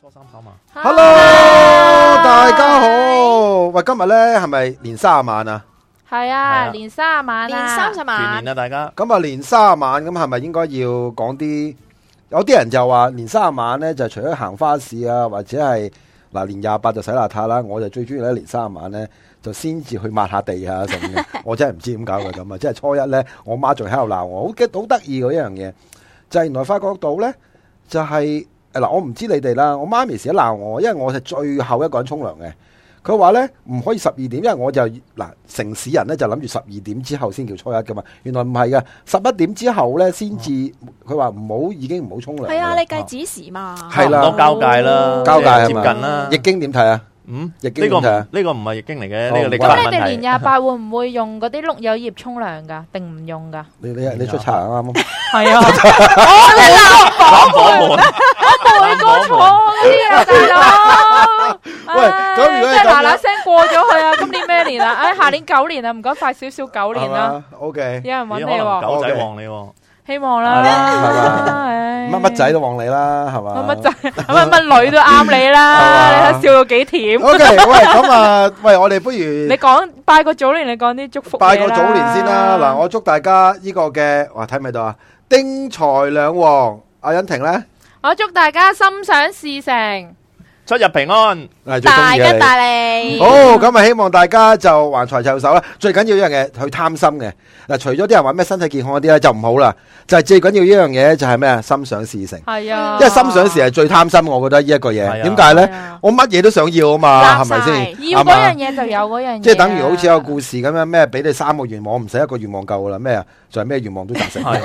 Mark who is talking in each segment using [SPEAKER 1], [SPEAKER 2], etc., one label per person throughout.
[SPEAKER 1] 初三考嘛，
[SPEAKER 2] Hello，大家好。喂，今日咧係咪年卅晚啊？
[SPEAKER 3] 系
[SPEAKER 1] 係啊
[SPEAKER 3] 啊，年卅晚啊，
[SPEAKER 4] 年三十
[SPEAKER 1] 全年
[SPEAKER 4] 晚，
[SPEAKER 1] 啦，大家
[SPEAKER 2] 咁啊，年卅晚咁係咪應該要講啲？有啲人就話年卅晚咧，就除咗行花市啊，或者係嗱年廿八就洗邋遢啦。我就最中意咧年卅晚咧，就先至去抹下地 啊咁嘅。我真係唔知點搞嘅咁啊！即係初一咧，我媽仲喺度鬧我，好嘅，好得意嗰一樣嘢，就係原來發覺到咧，就係誒嗱，我唔知你哋啦，我媽咪成日鬧我，因為我係最後一個人沖涼嘅。佢話咧唔可以十二點，因為我就嗱城市人咧就諗住十二點之後先叫初一噶嘛，原來唔係嘅，十一點之後咧先至，佢話唔好已經唔好沖涼㗎啦。
[SPEAKER 4] 哦係啊，你計子時嘛，
[SPEAKER 2] 係啦
[SPEAKER 1] 差唔多交界啦，
[SPEAKER 2] 交界係嘛
[SPEAKER 1] 接近啦。
[SPEAKER 2] 易經點睇啊？
[SPEAKER 1] 嗯，
[SPEAKER 2] 易
[SPEAKER 1] 呢
[SPEAKER 2] 經
[SPEAKER 1] 個唔
[SPEAKER 2] 點睇啊
[SPEAKER 1] 呢個唔係易經嚟嘅，
[SPEAKER 2] 哦
[SPEAKER 1] 呢個你
[SPEAKER 2] 唔關
[SPEAKER 1] 問
[SPEAKER 3] 咁你哋年
[SPEAKER 1] 題。
[SPEAKER 3] 廿八會唔會用嗰啲碌柚葉沖涼噶？定唔用噶？
[SPEAKER 2] 你你你出茶啊啱啱？
[SPEAKER 3] 系啊，
[SPEAKER 1] 攬火門，
[SPEAKER 3] 每個坐嗰啲啊，大佬。
[SPEAKER 2] 喂咁如果係
[SPEAKER 3] 唉即係
[SPEAKER 2] 咁樣
[SPEAKER 3] 嗱嗱聲過咗去啊，今年咩年啊？唉，下年九年啊，唔該快少少九年
[SPEAKER 2] À,
[SPEAKER 3] 啦。
[SPEAKER 2] O K，
[SPEAKER 3] 有
[SPEAKER 1] 咦
[SPEAKER 3] 人揾
[SPEAKER 1] 可
[SPEAKER 3] 你
[SPEAKER 1] 能
[SPEAKER 3] 喎，
[SPEAKER 1] 狗仔旺你喎，
[SPEAKER 3] 希望
[SPEAKER 1] 係
[SPEAKER 3] 啦，
[SPEAKER 2] 嘛
[SPEAKER 3] 唉
[SPEAKER 2] 乜乜仔都旺你啦，係嘛？
[SPEAKER 3] 乜乜仔，乜乜女都啱你
[SPEAKER 2] 係嘛
[SPEAKER 3] 啦。你睇笑到幾甜。
[SPEAKER 2] O K，喂，咁啊，喂，我哋不如
[SPEAKER 3] 你講拜個早年，你講啲祝福
[SPEAKER 2] 拜
[SPEAKER 3] 嘢
[SPEAKER 2] 個
[SPEAKER 3] 啦
[SPEAKER 2] 早年先啦。嗱，我祝大家呢個嘅，哇，睇唔睇到啊？丁財兩旺，阿欣婷咧，
[SPEAKER 3] 我祝大家心想事成。
[SPEAKER 1] 出入 平安。
[SPEAKER 2] 係最
[SPEAKER 4] 大
[SPEAKER 2] 中意嘅
[SPEAKER 4] 吉
[SPEAKER 2] 你。
[SPEAKER 4] 大利，
[SPEAKER 2] 好，咁啊，希望大家就横財就手啦。最緊要一樣嘢，去貪心嘅嗱，除咗啲人話咩身體健康嗰啲咧，就唔好啦。就係最緊要一樣嘢，就係咩啊？心想事成，
[SPEAKER 3] 係啊，
[SPEAKER 2] 因為心想事係最貪心，我覺得呢一個
[SPEAKER 1] 係啊
[SPEAKER 2] 嘢。點解咧？
[SPEAKER 3] 係啊
[SPEAKER 2] 我乜嘢都想要啊嘛，係
[SPEAKER 4] 攬
[SPEAKER 2] 咪先？
[SPEAKER 4] 晒
[SPEAKER 3] 要嗰樣嘢就有嗰樣嘢啊，
[SPEAKER 2] 即係等於好似有故事咁樣，咩俾你三個願望，唔使一個願望夠噶啦。咩啊？就係咩願望都達成。
[SPEAKER 1] 係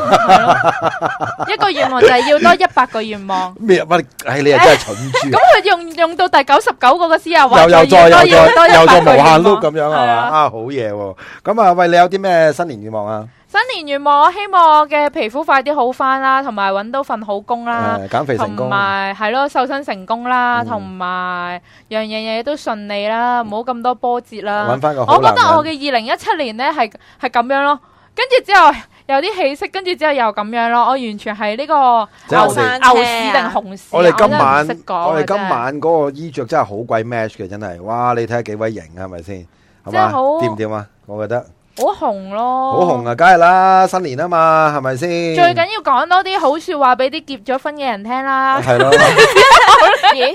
[SPEAKER 3] 一個願望就係要多一百個 願望。
[SPEAKER 2] 咩啊？喂，唉，你又真係蠢豬
[SPEAKER 3] 咁
[SPEAKER 2] 啊！
[SPEAKER 3] 佢用用到第九十九個嘅時候，
[SPEAKER 2] 又又再又再又
[SPEAKER 3] 再
[SPEAKER 2] 再無限 loop 咁樣係嘛？
[SPEAKER 3] 係啊
[SPEAKER 2] 啊，好嘢喎！咁啊，喂，你有啲咩新年願望啊？
[SPEAKER 3] 新年願望，我希望我嘅皮膚快啲好翻啦，同埋揾到份好工啦，
[SPEAKER 2] 誒，減肥成
[SPEAKER 3] 同
[SPEAKER 2] 功。
[SPEAKER 3] 埋係咯瘦身成功啦，
[SPEAKER 2] 嗯
[SPEAKER 3] 同埋樣樣嘢都順利啦，唔好咁多波折啦。
[SPEAKER 2] 揾翻個好啊
[SPEAKER 3] 我覺
[SPEAKER 2] 男
[SPEAKER 3] 得我嘅
[SPEAKER 2] 人。
[SPEAKER 3] 二零一七年咧係係咁樣咯，跟住之後有啲起色，跟住之後又咁樣咯，我完全係呢個
[SPEAKER 2] 即係我哋
[SPEAKER 4] 牛
[SPEAKER 3] 牛市定 熊市啊，
[SPEAKER 2] 我哋今
[SPEAKER 3] 真係唔
[SPEAKER 2] 晚
[SPEAKER 3] 識講啊
[SPEAKER 2] 我哋今晚嗰個衣着真係好鬼 match 嘅，真係。哇！你睇下幾威型啊，係咪先？係
[SPEAKER 3] 真係
[SPEAKER 2] 嘛？
[SPEAKER 3] 好
[SPEAKER 2] 掂唔掂啊？我覺得
[SPEAKER 3] 真係好紅咯，
[SPEAKER 2] 好紅！啊，梗係啦，新年啊嘛，係咪先？
[SPEAKER 3] 最緊要講多啲好说話俾啲結咗婚嘅人聽啦，
[SPEAKER 2] 係咯，
[SPEAKER 4] 咦，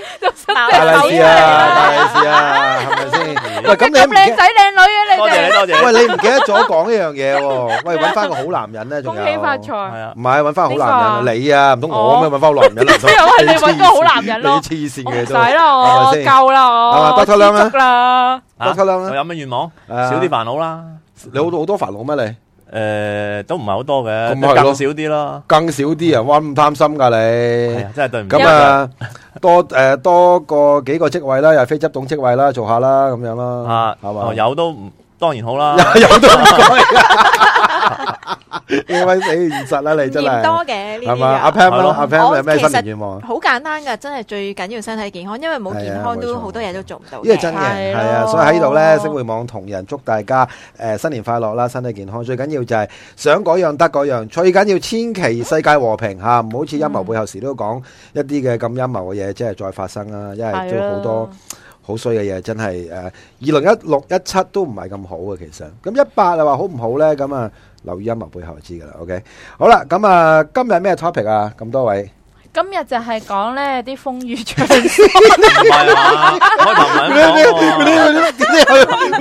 [SPEAKER 2] 大
[SPEAKER 4] 大
[SPEAKER 2] 利是啊，大利是啊，係咪先？喂，咁
[SPEAKER 3] 咁
[SPEAKER 2] 你唔記
[SPEAKER 3] 靚仔靚女啊你
[SPEAKER 1] 多謝你，
[SPEAKER 3] 哋，
[SPEAKER 1] 多謝你。
[SPEAKER 2] 喂，你唔記得咗講呢樣嘢喎？喂，揾翻個好男人咧，仲
[SPEAKER 3] 恭
[SPEAKER 2] 有
[SPEAKER 3] 喜發財！
[SPEAKER 1] 係啊，
[SPEAKER 2] 唔係揾翻好男
[SPEAKER 3] 邊個
[SPEAKER 2] 人啊？你啊，唔通我
[SPEAKER 3] 我
[SPEAKER 2] 咩揾翻好男 人啊？
[SPEAKER 3] 即係我係你搵個好男人咯
[SPEAKER 2] 你，黐線
[SPEAKER 3] 我哦唔
[SPEAKER 2] 嘅都
[SPEAKER 3] 使。啦，
[SPEAKER 2] 係
[SPEAKER 3] 我
[SPEAKER 2] 咪先
[SPEAKER 3] 夠啦，
[SPEAKER 2] 係
[SPEAKER 3] 我
[SPEAKER 2] 嘛
[SPEAKER 3] 我
[SPEAKER 2] 得
[SPEAKER 3] 知
[SPEAKER 2] 㗎啦咩
[SPEAKER 3] 足啦，
[SPEAKER 2] 多出兩
[SPEAKER 1] 我
[SPEAKER 2] 啦，
[SPEAKER 1] 有咩願望？
[SPEAKER 2] 啊
[SPEAKER 1] 少啲煩惱啦。
[SPEAKER 2] 你好好多煩惱咩？你
[SPEAKER 1] 誒，都唔係好多嘅，
[SPEAKER 2] 咁咪係咯
[SPEAKER 1] 更少啲啦。
[SPEAKER 2] 更少啲啊！哇，咁貪心㗎你
[SPEAKER 1] 係。啊，真係對唔住。
[SPEAKER 2] 咁啊，多誒多個幾個職位啦，又係非執董職位啦，做下啦，咁樣啦
[SPEAKER 1] 啊，，
[SPEAKER 2] 係
[SPEAKER 1] 哦
[SPEAKER 2] 嘛？
[SPEAKER 1] 有都唔當然好 啦。
[SPEAKER 2] 有有都唔該，呢位死現實啦，你真
[SPEAKER 4] 嫌
[SPEAKER 2] 係
[SPEAKER 4] 多嘅呢
[SPEAKER 2] 係
[SPEAKER 4] 啲
[SPEAKER 2] 嘛？阿
[SPEAKER 4] 㗎
[SPEAKER 2] à, Pam
[SPEAKER 1] 係咯
[SPEAKER 2] 啦，阿 Pam
[SPEAKER 4] 我
[SPEAKER 2] 有咩新
[SPEAKER 4] 其實
[SPEAKER 2] 年願望啊？
[SPEAKER 4] 好簡單㗎，真係最緊要身體健康，因為冇健康
[SPEAKER 2] 係啊冇
[SPEAKER 4] 都
[SPEAKER 2] 錯
[SPEAKER 4] 好多嘢都做唔到
[SPEAKER 2] 呢個真
[SPEAKER 4] 嘅。
[SPEAKER 2] 嘅，
[SPEAKER 3] 係
[SPEAKER 2] 係
[SPEAKER 3] 咯
[SPEAKER 2] 啊，所以喺度咧，星匯網同人祝大家誒新年快樂啦，身體健康，最緊要就係想嗰樣得嗰樣，最緊要千祈世界和平嚇，唔好似陰謀背後時都講一啲嘅咁陰謀嘅嘢，即係再發生啦，因為都好多。好衰嘅嘢，真係誒二零一六一七都唔係咁好嘅，其實咁一八你話好唔好咧？咁啊留意音樂背後就知噶啦。OK，好啦，咁啊今日咩 topic 啊？咁 多位
[SPEAKER 3] 今日就係講咧啲風雨 場所，
[SPEAKER 1] 唔係啊，開頭唔係咁講喎
[SPEAKER 2] 啲嗰啲口音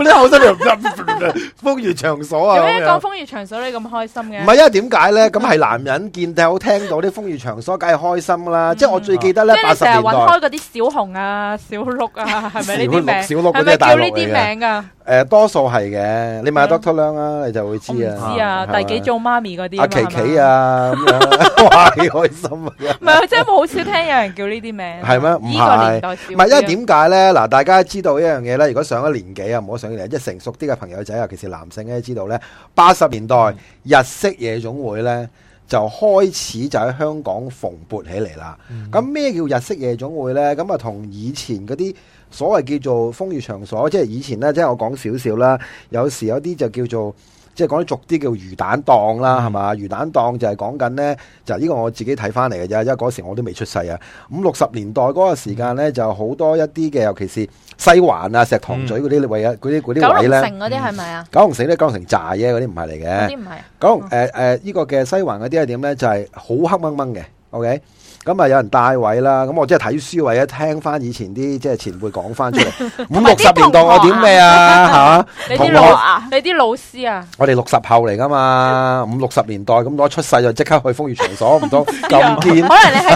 [SPEAKER 2] 又風月場所
[SPEAKER 3] 做咩講風雨場所你咁開心嘅
[SPEAKER 2] 唔？係因為點解咧？咁係男人見到聽到啲風月場所，梗係開心啦。即係我最記得咧，
[SPEAKER 3] 即係
[SPEAKER 2] 八
[SPEAKER 3] 你
[SPEAKER 2] 十
[SPEAKER 3] 成日
[SPEAKER 2] 年
[SPEAKER 3] 揾
[SPEAKER 2] 代
[SPEAKER 3] 開嗰啲小紅啊、小鹿 啊，係咪呢啲名？
[SPEAKER 2] 小鹿小鹿嗰
[SPEAKER 3] 係
[SPEAKER 2] 啲係
[SPEAKER 3] 咪
[SPEAKER 2] 大
[SPEAKER 3] 叫
[SPEAKER 2] 陸
[SPEAKER 3] 呢
[SPEAKER 2] 嚟嘅
[SPEAKER 3] 啲名啊？
[SPEAKER 2] 誒多數係嘅。你問下
[SPEAKER 3] 係
[SPEAKER 2] Doctor 梁啊，你就會知
[SPEAKER 3] 我唔
[SPEAKER 2] 啊。
[SPEAKER 3] 知啊，
[SPEAKER 2] 係嘛
[SPEAKER 3] 第幾組媽咪嗰啲
[SPEAKER 2] 阿
[SPEAKER 3] 嘛
[SPEAKER 2] 琪琪，
[SPEAKER 3] 係嘛
[SPEAKER 2] 啊咁樣，哇幾開心啊！
[SPEAKER 3] 唔係係，真係好少聽有人叫呢啲名。
[SPEAKER 2] 係咩唔
[SPEAKER 3] 呢個
[SPEAKER 2] 係
[SPEAKER 3] 年代
[SPEAKER 2] 唔係，因為點解咧？嗱，大家知道一樣嘢咧，如果上咗年紀啊，唔好上咗年紀，即係成熟啲嘅朋友仔，啊尤其是男性咧，知道咧，八十年代日式夜總會咧就開始就喺香港蓬勃起嚟啦。咁咩叫日式夜總會咧？咁啊，同以前嗰啲所謂叫做風月場所，即係以前咧，即係我講少少啦。有時有啲就叫做。即係講啲俗啲叫魚蛋檔啦，係嘛？魚蛋檔就係講緊呢，就呢個我自己睇翻嚟嘅啫，因為嗰時我都未出世啊。五六十年代嗰個時間呢，就好多一啲嘅，尤其是西環啊、石塘咀嗰啲位啊、嗰啲嗰
[SPEAKER 3] 九
[SPEAKER 2] 啲位
[SPEAKER 3] 龍
[SPEAKER 2] 呢，
[SPEAKER 3] 城嗰啲係咪啊？
[SPEAKER 2] 九龍城咧、九龍城寨啫，嗰啲唔係嚟
[SPEAKER 3] 嗰
[SPEAKER 2] 嘅。
[SPEAKER 3] 啲唔係啊。
[SPEAKER 2] 九龍誒誒呃呢個嘅西環嗰啲係點呢？就係好黑掹掹嘅，OK。咁啊，有人帶位啦，咁我即係睇書或者聽翻以前啲即係前輩講翻 出嚟。五六十年代我點咩啊？係嘛？
[SPEAKER 3] 你
[SPEAKER 2] 同
[SPEAKER 3] 啲
[SPEAKER 2] 學
[SPEAKER 3] 老啊，你啲老師啊，
[SPEAKER 2] 我哋六十後嚟噶嘛，五六十年代咁攞出世就即刻去風月場所，唔 通咁
[SPEAKER 3] 哎可能你
[SPEAKER 2] 堅？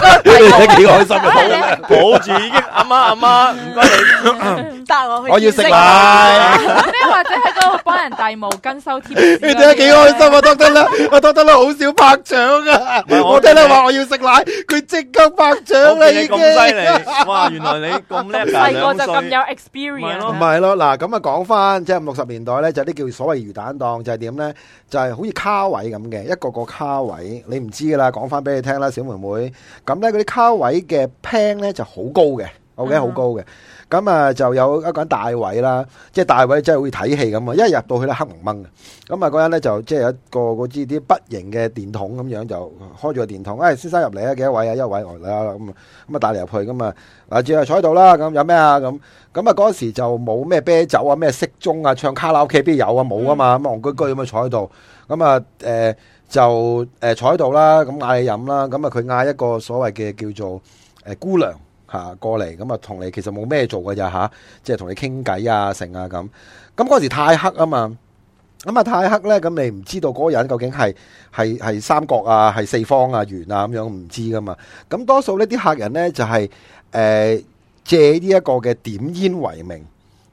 [SPEAKER 3] 喺嗰 個
[SPEAKER 2] 你
[SPEAKER 3] 第
[SPEAKER 2] 睇幾開心
[SPEAKER 3] 可能你
[SPEAKER 2] 啊！
[SPEAKER 3] 喺
[SPEAKER 1] 抱住已經阿媽阿媽，唔 該你
[SPEAKER 4] 唔得我去
[SPEAKER 2] 我要
[SPEAKER 4] 見
[SPEAKER 2] 食
[SPEAKER 4] 識
[SPEAKER 2] 奶，
[SPEAKER 3] 咩或者喺 嗰度幫人遞毛巾收 貼士啊。
[SPEAKER 2] 你睇得幾開心啊！得得啦，我得得啦，好少拍掌啊！
[SPEAKER 1] 係我
[SPEAKER 2] 我聽得話我要食奶，佢即刻拍掌啦
[SPEAKER 1] 我
[SPEAKER 2] 已
[SPEAKER 1] 見你
[SPEAKER 2] 經。
[SPEAKER 1] 咁犀利，哇！原來你咁叻㗎，
[SPEAKER 3] 細個
[SPEAKER 1] 兩
[SPEAKER 3] 就咁
[SPEAKER 1] 歲。
[SPEAKER 3] 有
[SPEAKER 1] 咪
[SPEAKER 3] experience，
[SPEAKER 1] 咯
[SPEAKER 2] 唔
[SPEAKER 3] 啊
[SPEAKER 2] 係咯，嗱咁啊講翻即係五六十年代咧，就啲叫所謂魚蛋檔，就係點咧？就係、好似卡位咁嘅，一個個卡位，你唔知噶啦，講翻俾你聽啦，小妹妹。咁咧嗰啲卡位嘅 pan 咧就好高嘅，OK
[SPEAKER 3] 嗯
[SPEAKER 2] 好高嘅。咁啊就有一個人大位啦，即係大位真係好似睇戲咁啊！一入到去咧黑蒙蒙嘅。咁啊嗰人咧就即係有一個嗰支啲筆型嘅電筒咁樣就開住個電筒，誒、哎、先生入嚟啊，幾多位啊？一位我嚟啦咁啊咁啊帶你入去咁啊嗱，只係坐喺度啦，咁有咩啊咁？咁啊嗰時就冇咩啤酒啊、咩骰盅啊、唱卡拉 OK 邊有啊冇啊嘛，咁戇居居咁啊坐喺度，咁啊誒就誒坐喺度啦，咁嗌你飲啦，咁啊佢嗌一個所謂嘅叫做誒姑娘嚇過嚟，咁啊同你其實冇咩做㗎咋嚇，即係同你傾偈啊、成啊咁。咁嗰時太黑啊嘛。咁啊太黑咧，咁你唔知道嗰個人究竟係係係三角啊，係四方啊、圓啊咁樣唔知噶嘛。咁多數呢啲客人咧就係、誒。借呢一個嘅點煙為名，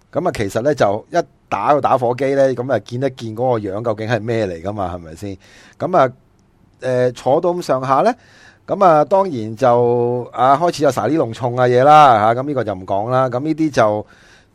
[SPEAKER 2] 咁啊其實咧就一打個打火機咧，咁啊見一見嗰個樣究竟係咩嚟噶嘛，係咪先？咁啊誒坐到咁上下咧，咁啊當然就啊開始有曬啲弄重嘅嘢啦嚇，咁、呢個就唔講啦，咁呢啲就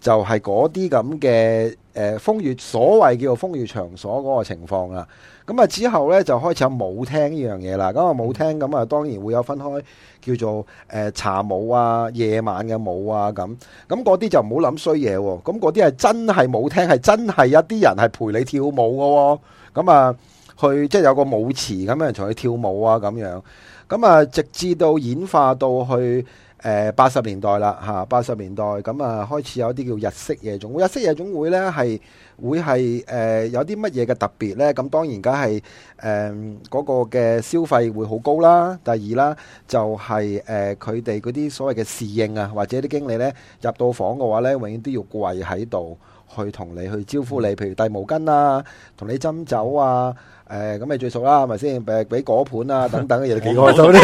[SPEAKER 2] 就係嗰啲咁嘅誒風月所謂叫做風月場所嗰個情況啦。咁啊之後咧就開始有舞廳呢樣嘢啦，咁啊舞廳咁啊當然會有分開。叫做誒、呃茶舞啊、夜晚嘅舞啊咁，咁嗰啲就唔好諗衰嘢喎，咁嗰啲係真係舞廳，係真係一啲人係陪你跳舞嘅喎、咁啊去即係有個舞池咁樣同佢跳舞啊咁樣，咁啊直至到演化到去。誒八十年代啦嚇，八十年代咁啊開始有啲叫日式夜總會，啊日式夜總會呢係會係誒、呃有啲乜嘢嘅特別呢？咁當然梗係誒嗰個嘅消費會好高啦，第二啦就係誒佢哋嗰啲所謂嘅侍應啊，或者啲經理呢，入到房嘅話呢，永遠都要跪喺度去同你去招呼你，譬如遞毛巾啊，同你斟酒啊。誒咁你最熟啦，係咪先？誒俾果盤啊，等等嘅 嘢，你幾開心咧？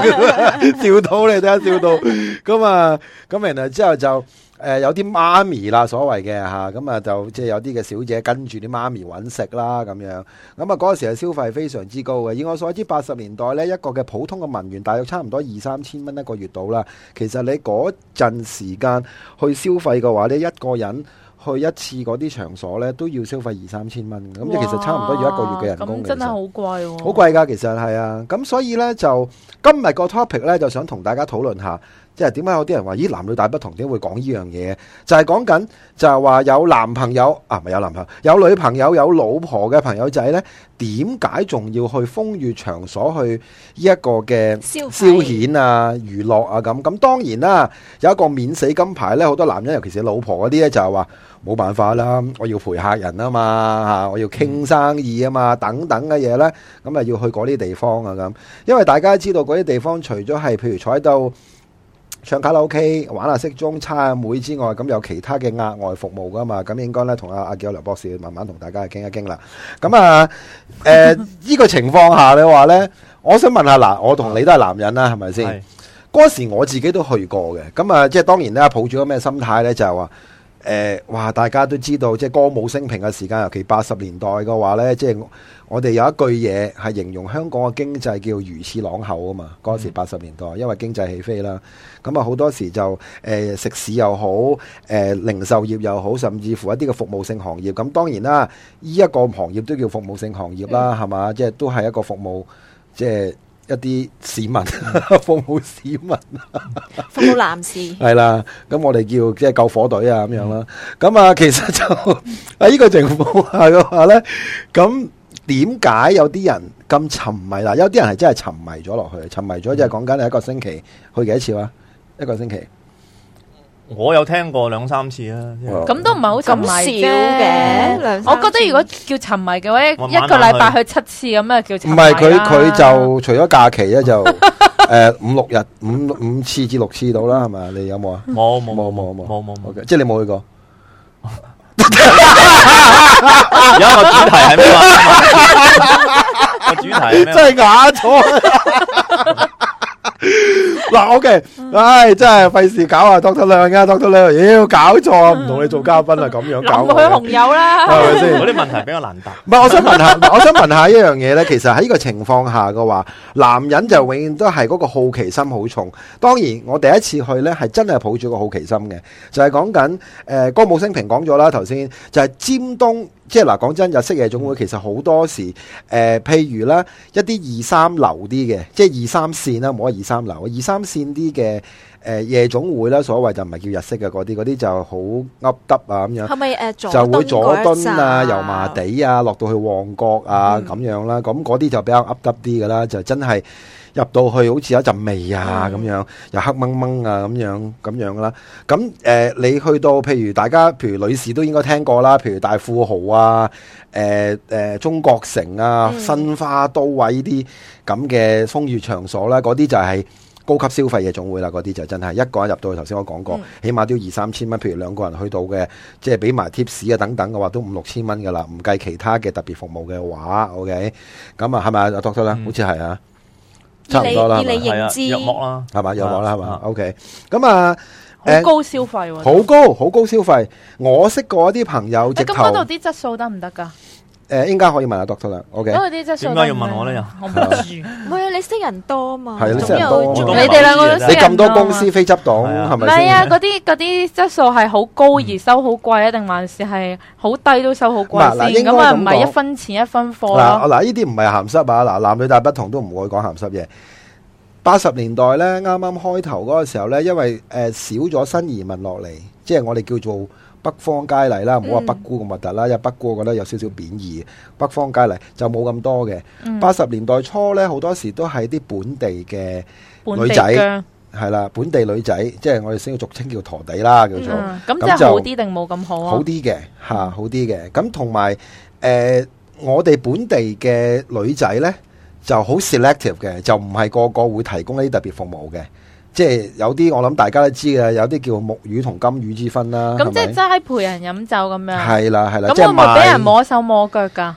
[SPEAKER 2] 笑到你睇下 笑到咁啊！咁然後之後就誒、呃有啲媽咪啦，所謂嘅嚇，咁啊就即係有啲嘅小姐跟住啲媽咪揾食啦咁樣。咁啊，嗰陣時嘅消費非常之高嘅。以我所知，八十年代呢，一個嘅普通嘅文員，大約差唔多二三千蚊一個月到啦。其實你嗰陣時間去消費嘅話呢，一個人去一次嗰啲場所呢，都要消費二三千蚊。咁即係其實差唔多要一個月嘅人工
[SPEAKER 3] 哇咁
[SPEAKER 2] 嘅
[SPEAKER 3] 真係
[SPEAKER 2] 其實
[SPEAKER 3] 好貴喎，
[SPEAKER 2] 好。貴㗎，其實係啊，咁所以呢，就今日個 topic 呢，就想同大家討論下，即係點解有啲人話咦男女大不同，點會講呢樣嘢？就係講緊就係話有男朋友啊，唔係有男朋友，有女朋友有老婆嘅朋友仔呢，點解仲要去風月場所去呢一個嘅？
[SPEAKER 4] 消
[SPEAKER 2] 消
[SPEAKER 4] 費
[SPEAKER 2] 遣啊、娛樂啊咁。咁當然啦，有一個免死金牌咧，好多男人，尤其是老婆嗰啲咧，就係話冇辦法啦，我要陪客人啊嘛，嚇，我要傾生意啊嘛，等等嘅嘢咧，咁啊要去嗰啲地方啊咁。因為大家知道嗰啲地方除咗係譬如坐喺度。唱卡拉 OK、玩下骰盅、猜下妹之外，咁有其他嘅額外服務噶嘛？咁應該咧，同阿阿叫劉博士慢慢同大家傾一傾啦。咁啊，誒、呢個情況下你話咧，我想問下嗱，我同你都係男人啦，係咪先？
[SPEAKER 1] 係
[SPEAKER 2] 嗰時我自己都去過嘅，咁啊，即係當然啦，抱住個咩心態呢？就係話，诶、哇！大家都知道，即係歌舞升平嘅時間，尤其八十年代嘅話呢，即係我我哋有一句嘢係形容香港嘅經濟叫魚翅朗口啊嘛。嗰時八十年代，因為經濟起飛啦，咁啊好多時就诶、食肆又好，诶、零售業又好，甚至乎一啲嘅服務性行業。咁當然啦，呢一個行業都叫服務性行業啦，係嘛、即係都係一個服務，即係一啲市民 服務市民。
[SPEAKER 4] 服務男士。
[SPEAKER 2] 系啦，咁我哋叫即系救火隊啊咁樣啦。咁啊，其實就 喺呢個情況下嘅話咧，咁點解有啲人咁沉迷嗱？有啲人係真係沉迷咗落去，沉迷咗就係講緊你一個星期去幾多次啊？一個星期
[SPEAKER 1] 我有聽過兩三次啊，即係
[SPEAKER 3] 咁都唔係好沉迷
[SPEAKER 4] 咁少
[SPEAKER 3] 啫
[SPEAKER 4] 嘅兩三
[SPEAKER 3] 我覺得如果叫沉迷嘅話，一
[SPEAKER 1] 慢慢
[SPEAKER 3] 一個禮拜去七次咁啊叫沉
[SPEAKER 2] 唔
[SPEAKER 3] 迷
[SPEAKER 2] 係佢
[SPEAKER 3] 啦
[SPEAKER 2] 佢就除咗假期咧就 诶五六日五五次至六次到啦，係咪？你有冇啊？
[SPEAKER 1] 冇冇
[SPEAKER 2] 冇
[SPEAKER 1] 冇冇
[SPEAKER 2] 冇冇
[SPEAKER 1] 冇
[SPEAKER 3] 嗯
[SPEAKER 1] 冇冇
[SPEAKER 2] OK，即係你冇去過。
[SPEAKER 1] 有一個主題係咩 話？個主題係咩話？
[SPEAKER 2] 真係哑咗。嗱，OK，唉，真係費事搞啊，Doctor 亮啊，Doctor 亮，妖搞錯啊，唔同你做嘉賓啊，咁樣搞
[SPEAKER 3] 淋
[SPEAKER 2] 我
[SPEAKER 3] 佢紅油啦。
[SPEAKER 2] 係咪先
[SPEAKER 1] 嗰？啲問題比較難答。
[SPEAKER 2] 唔係，我想問下，我想問下一樣嘢咧。其實喺呢個情況下嘅話，男人就永遠都係嗰個好奇心好重。當然，我第一次去咧係真係抱住個好奇心嘅，就係講緊誒歌舞升平講咗啦，頭先就係、尖東，即係嗱講真，日式夜總會其實好多時誒、呃譬如啦一啲二三樓啲嘅，即係二三線啦，冇得二三樓，二三線啲嘅。誒、夜總會啦，所謂就唔係叫日式嘅嗰啲，嗰啲就好噏得啊咁樣。
[SPEAKER 4] 係咪诶佐
[SPEAKER 2] 就會
[SPEAKER 4] 會
[SPEAKER 2] 佐敦啊、油麻地啊，落到去旺角啊咁、樣啦。咁嗰啲就比較噏得啲噶啦，就真係入到去好似有一陣味啊咁、樣，又黑掹掹啊咁樣咁樣啦。咁誒、呃你去到譬如大家譬如女士都應該聽過啦，譬如大富豪啊、誒、誒、中國城啊、新花都啊呢啲咁嘅風月場所啦，嗰啲就係、高級消費夜總會啦，嗰啲就真係一個人入到去，頭先我講過，起碼都要二三千蚊。譬如兩個人去到嘅，即係俾埋 tips 啊等等嘅話，都五六千蚊噶啦，唔計其他嘅特別服務嘅話，OK，咁啊係咪啊，doctor 啦，
[SPEAKER 1] 嗯
[SPEAKER 2] 好似係啊，
[SPEAKER 4] 以
[SPEAKER 2] 差唔多啦，
[SPEAKER 4] 你
[SPEAKER 2] 係
[SPEAKER 4] 以你
[SPEAKER 1] 係
[SPEAKER 2] 嘛
[SPEAKER 4] 認
[SPEAKER 1] 啊，
[SPEAKER 4] 知
[SPEAKER 1] 入幕啦，
[SPEAKER 2] 係嘛，有冇啦，係嘛
[SPEAKER 1] 啊
[SPEAKER 2] ，OK，咁啊，
[SPEAKER 3] 好
[SPEAKER 2] 誒
[SPEAKER 3] 高消費喎。
[SPEAKER 2] 好高好高消費，我識過一啲朋友直
[SPEAKER 3] 誒咁
[SPEAKER 2] 頭
[SPEAKER 3] 嗰度啲質素得唔得㗎？
[SPEAKER 2] 誒應該可以問下 doctor 啦，OK，
[SPEAKER 3] 嗰度啲質素
[SPEAKER 1] 點
[SPEAKER 3] 得
[SPEAKER 1] 解
[SPEAKER 3] 唔
[SPEAKER 1] 要
[SPEAKER 3] 得
[SPEAKER 1] 問我咧？又
[SPEAKER 3] 我唔 知。
[SPEAKER 4] 唔係啊，你識人多嘛？
[SPEAKER 2] 係啊你識人多
[SPEAKER 4] 總
[SPEAKER 1] 我都唔
[SPEAKER 4] 有
[SPEAKER 3] 你
[SPEAKER 1] 係
[SPEAKER 3] 哋兩個都識
[SPEAKER 2] 你
[SPEAKER 3] 人啊
[SPEAKER 2] 咁多
[SPEAKER 3] 㗎嘛
[SPEAKER 2] 公司非執黨
[SPEAKER 1] 係啊
[SPEAKER 2] 係
[SPEAKER 3] 唔
[SPEAKER 2] 咪
[SPEAKER 3] 係
[SPEAKER 2] 先？嗯
[SPEAKER 3] 啊，嗰啲嗰啲質素係好高而收好貴啊，定還是係好低都收好
[SPEAKER 2] 嗱嗱
[SPEAKER 3] 貴
[SPEAKER 2] 應
[SPEAKER 3] 先？
[SPEAKER 2] 該
[SPEAKER 3] 咁啊，
[SPEAKER 2] 咁
[SPEAKER 3] 唔係
[SPEAKER 2] 講
[SPEAKER 3] 一分錢一分貨
[SPEAKER 2] 嗱
[SPEAKER 3] 咯。
[SPEAKER 2] 嗱，呢啲唔係鹹濕啊！嗱，男女大不同都唔會講鹹濕嘢。八十年代呢，啱啱開頭嗰個時候呢，因為誒、呃少咗新移民落嚟，即係我哋叫做北方佳麗啦，唔好話北姑咁核突啦，因為北姑我覺得有少少貶義。北方佳麗就冇咁多嘅。八十、年代初呢，好多時都係啲本地嘅
[SPEAKER 3] 本
[SPEAKER 2] 女
[SPEAKER 3] 地
[SPEAKER 2] 仔
[SPEAKER 3] 薑
[SPEAKER 2] 係啦，本地女仔，即係我哋先俗稱叫陀地啦，叫做。
[SPEAKER 3] 嗯咁
[SPEAKER 2] 咁
[SPEAKER 3] 即係
[SPEAKER 2] 就
[SPEAKER 3] 好啲定冇咁好
[SPEAKER 2] 好
[SPEAKER 3] 啊？
[SPEAKER 2] 啲嘅嚇，好啲嘅。咁同埋誒，我哋本地嘅女仔呢，就好 selective 嘅，就唔係個個會提供呢啲特別服務嘅。即係有啲我諗大家都知嘅，有啲叫木魚同金魚之分啦。
[SPEAKER 3] 咁即係
[SPEAKER 2] 係
[SPEAKER 3] 齋陪人飲酒咁
[SPEAKER 2] 咪
[SPEAKER 3] 樣。
[SPEAKER 2] 係啦係啦，即
[SPEAKER 3] 咁
[SPEAKER 2] 係
[SPEAKER 3] 會唔會俾人
[SPEAKER 2] 賣
[SPEAKER 3] 摸手摸腳㗎？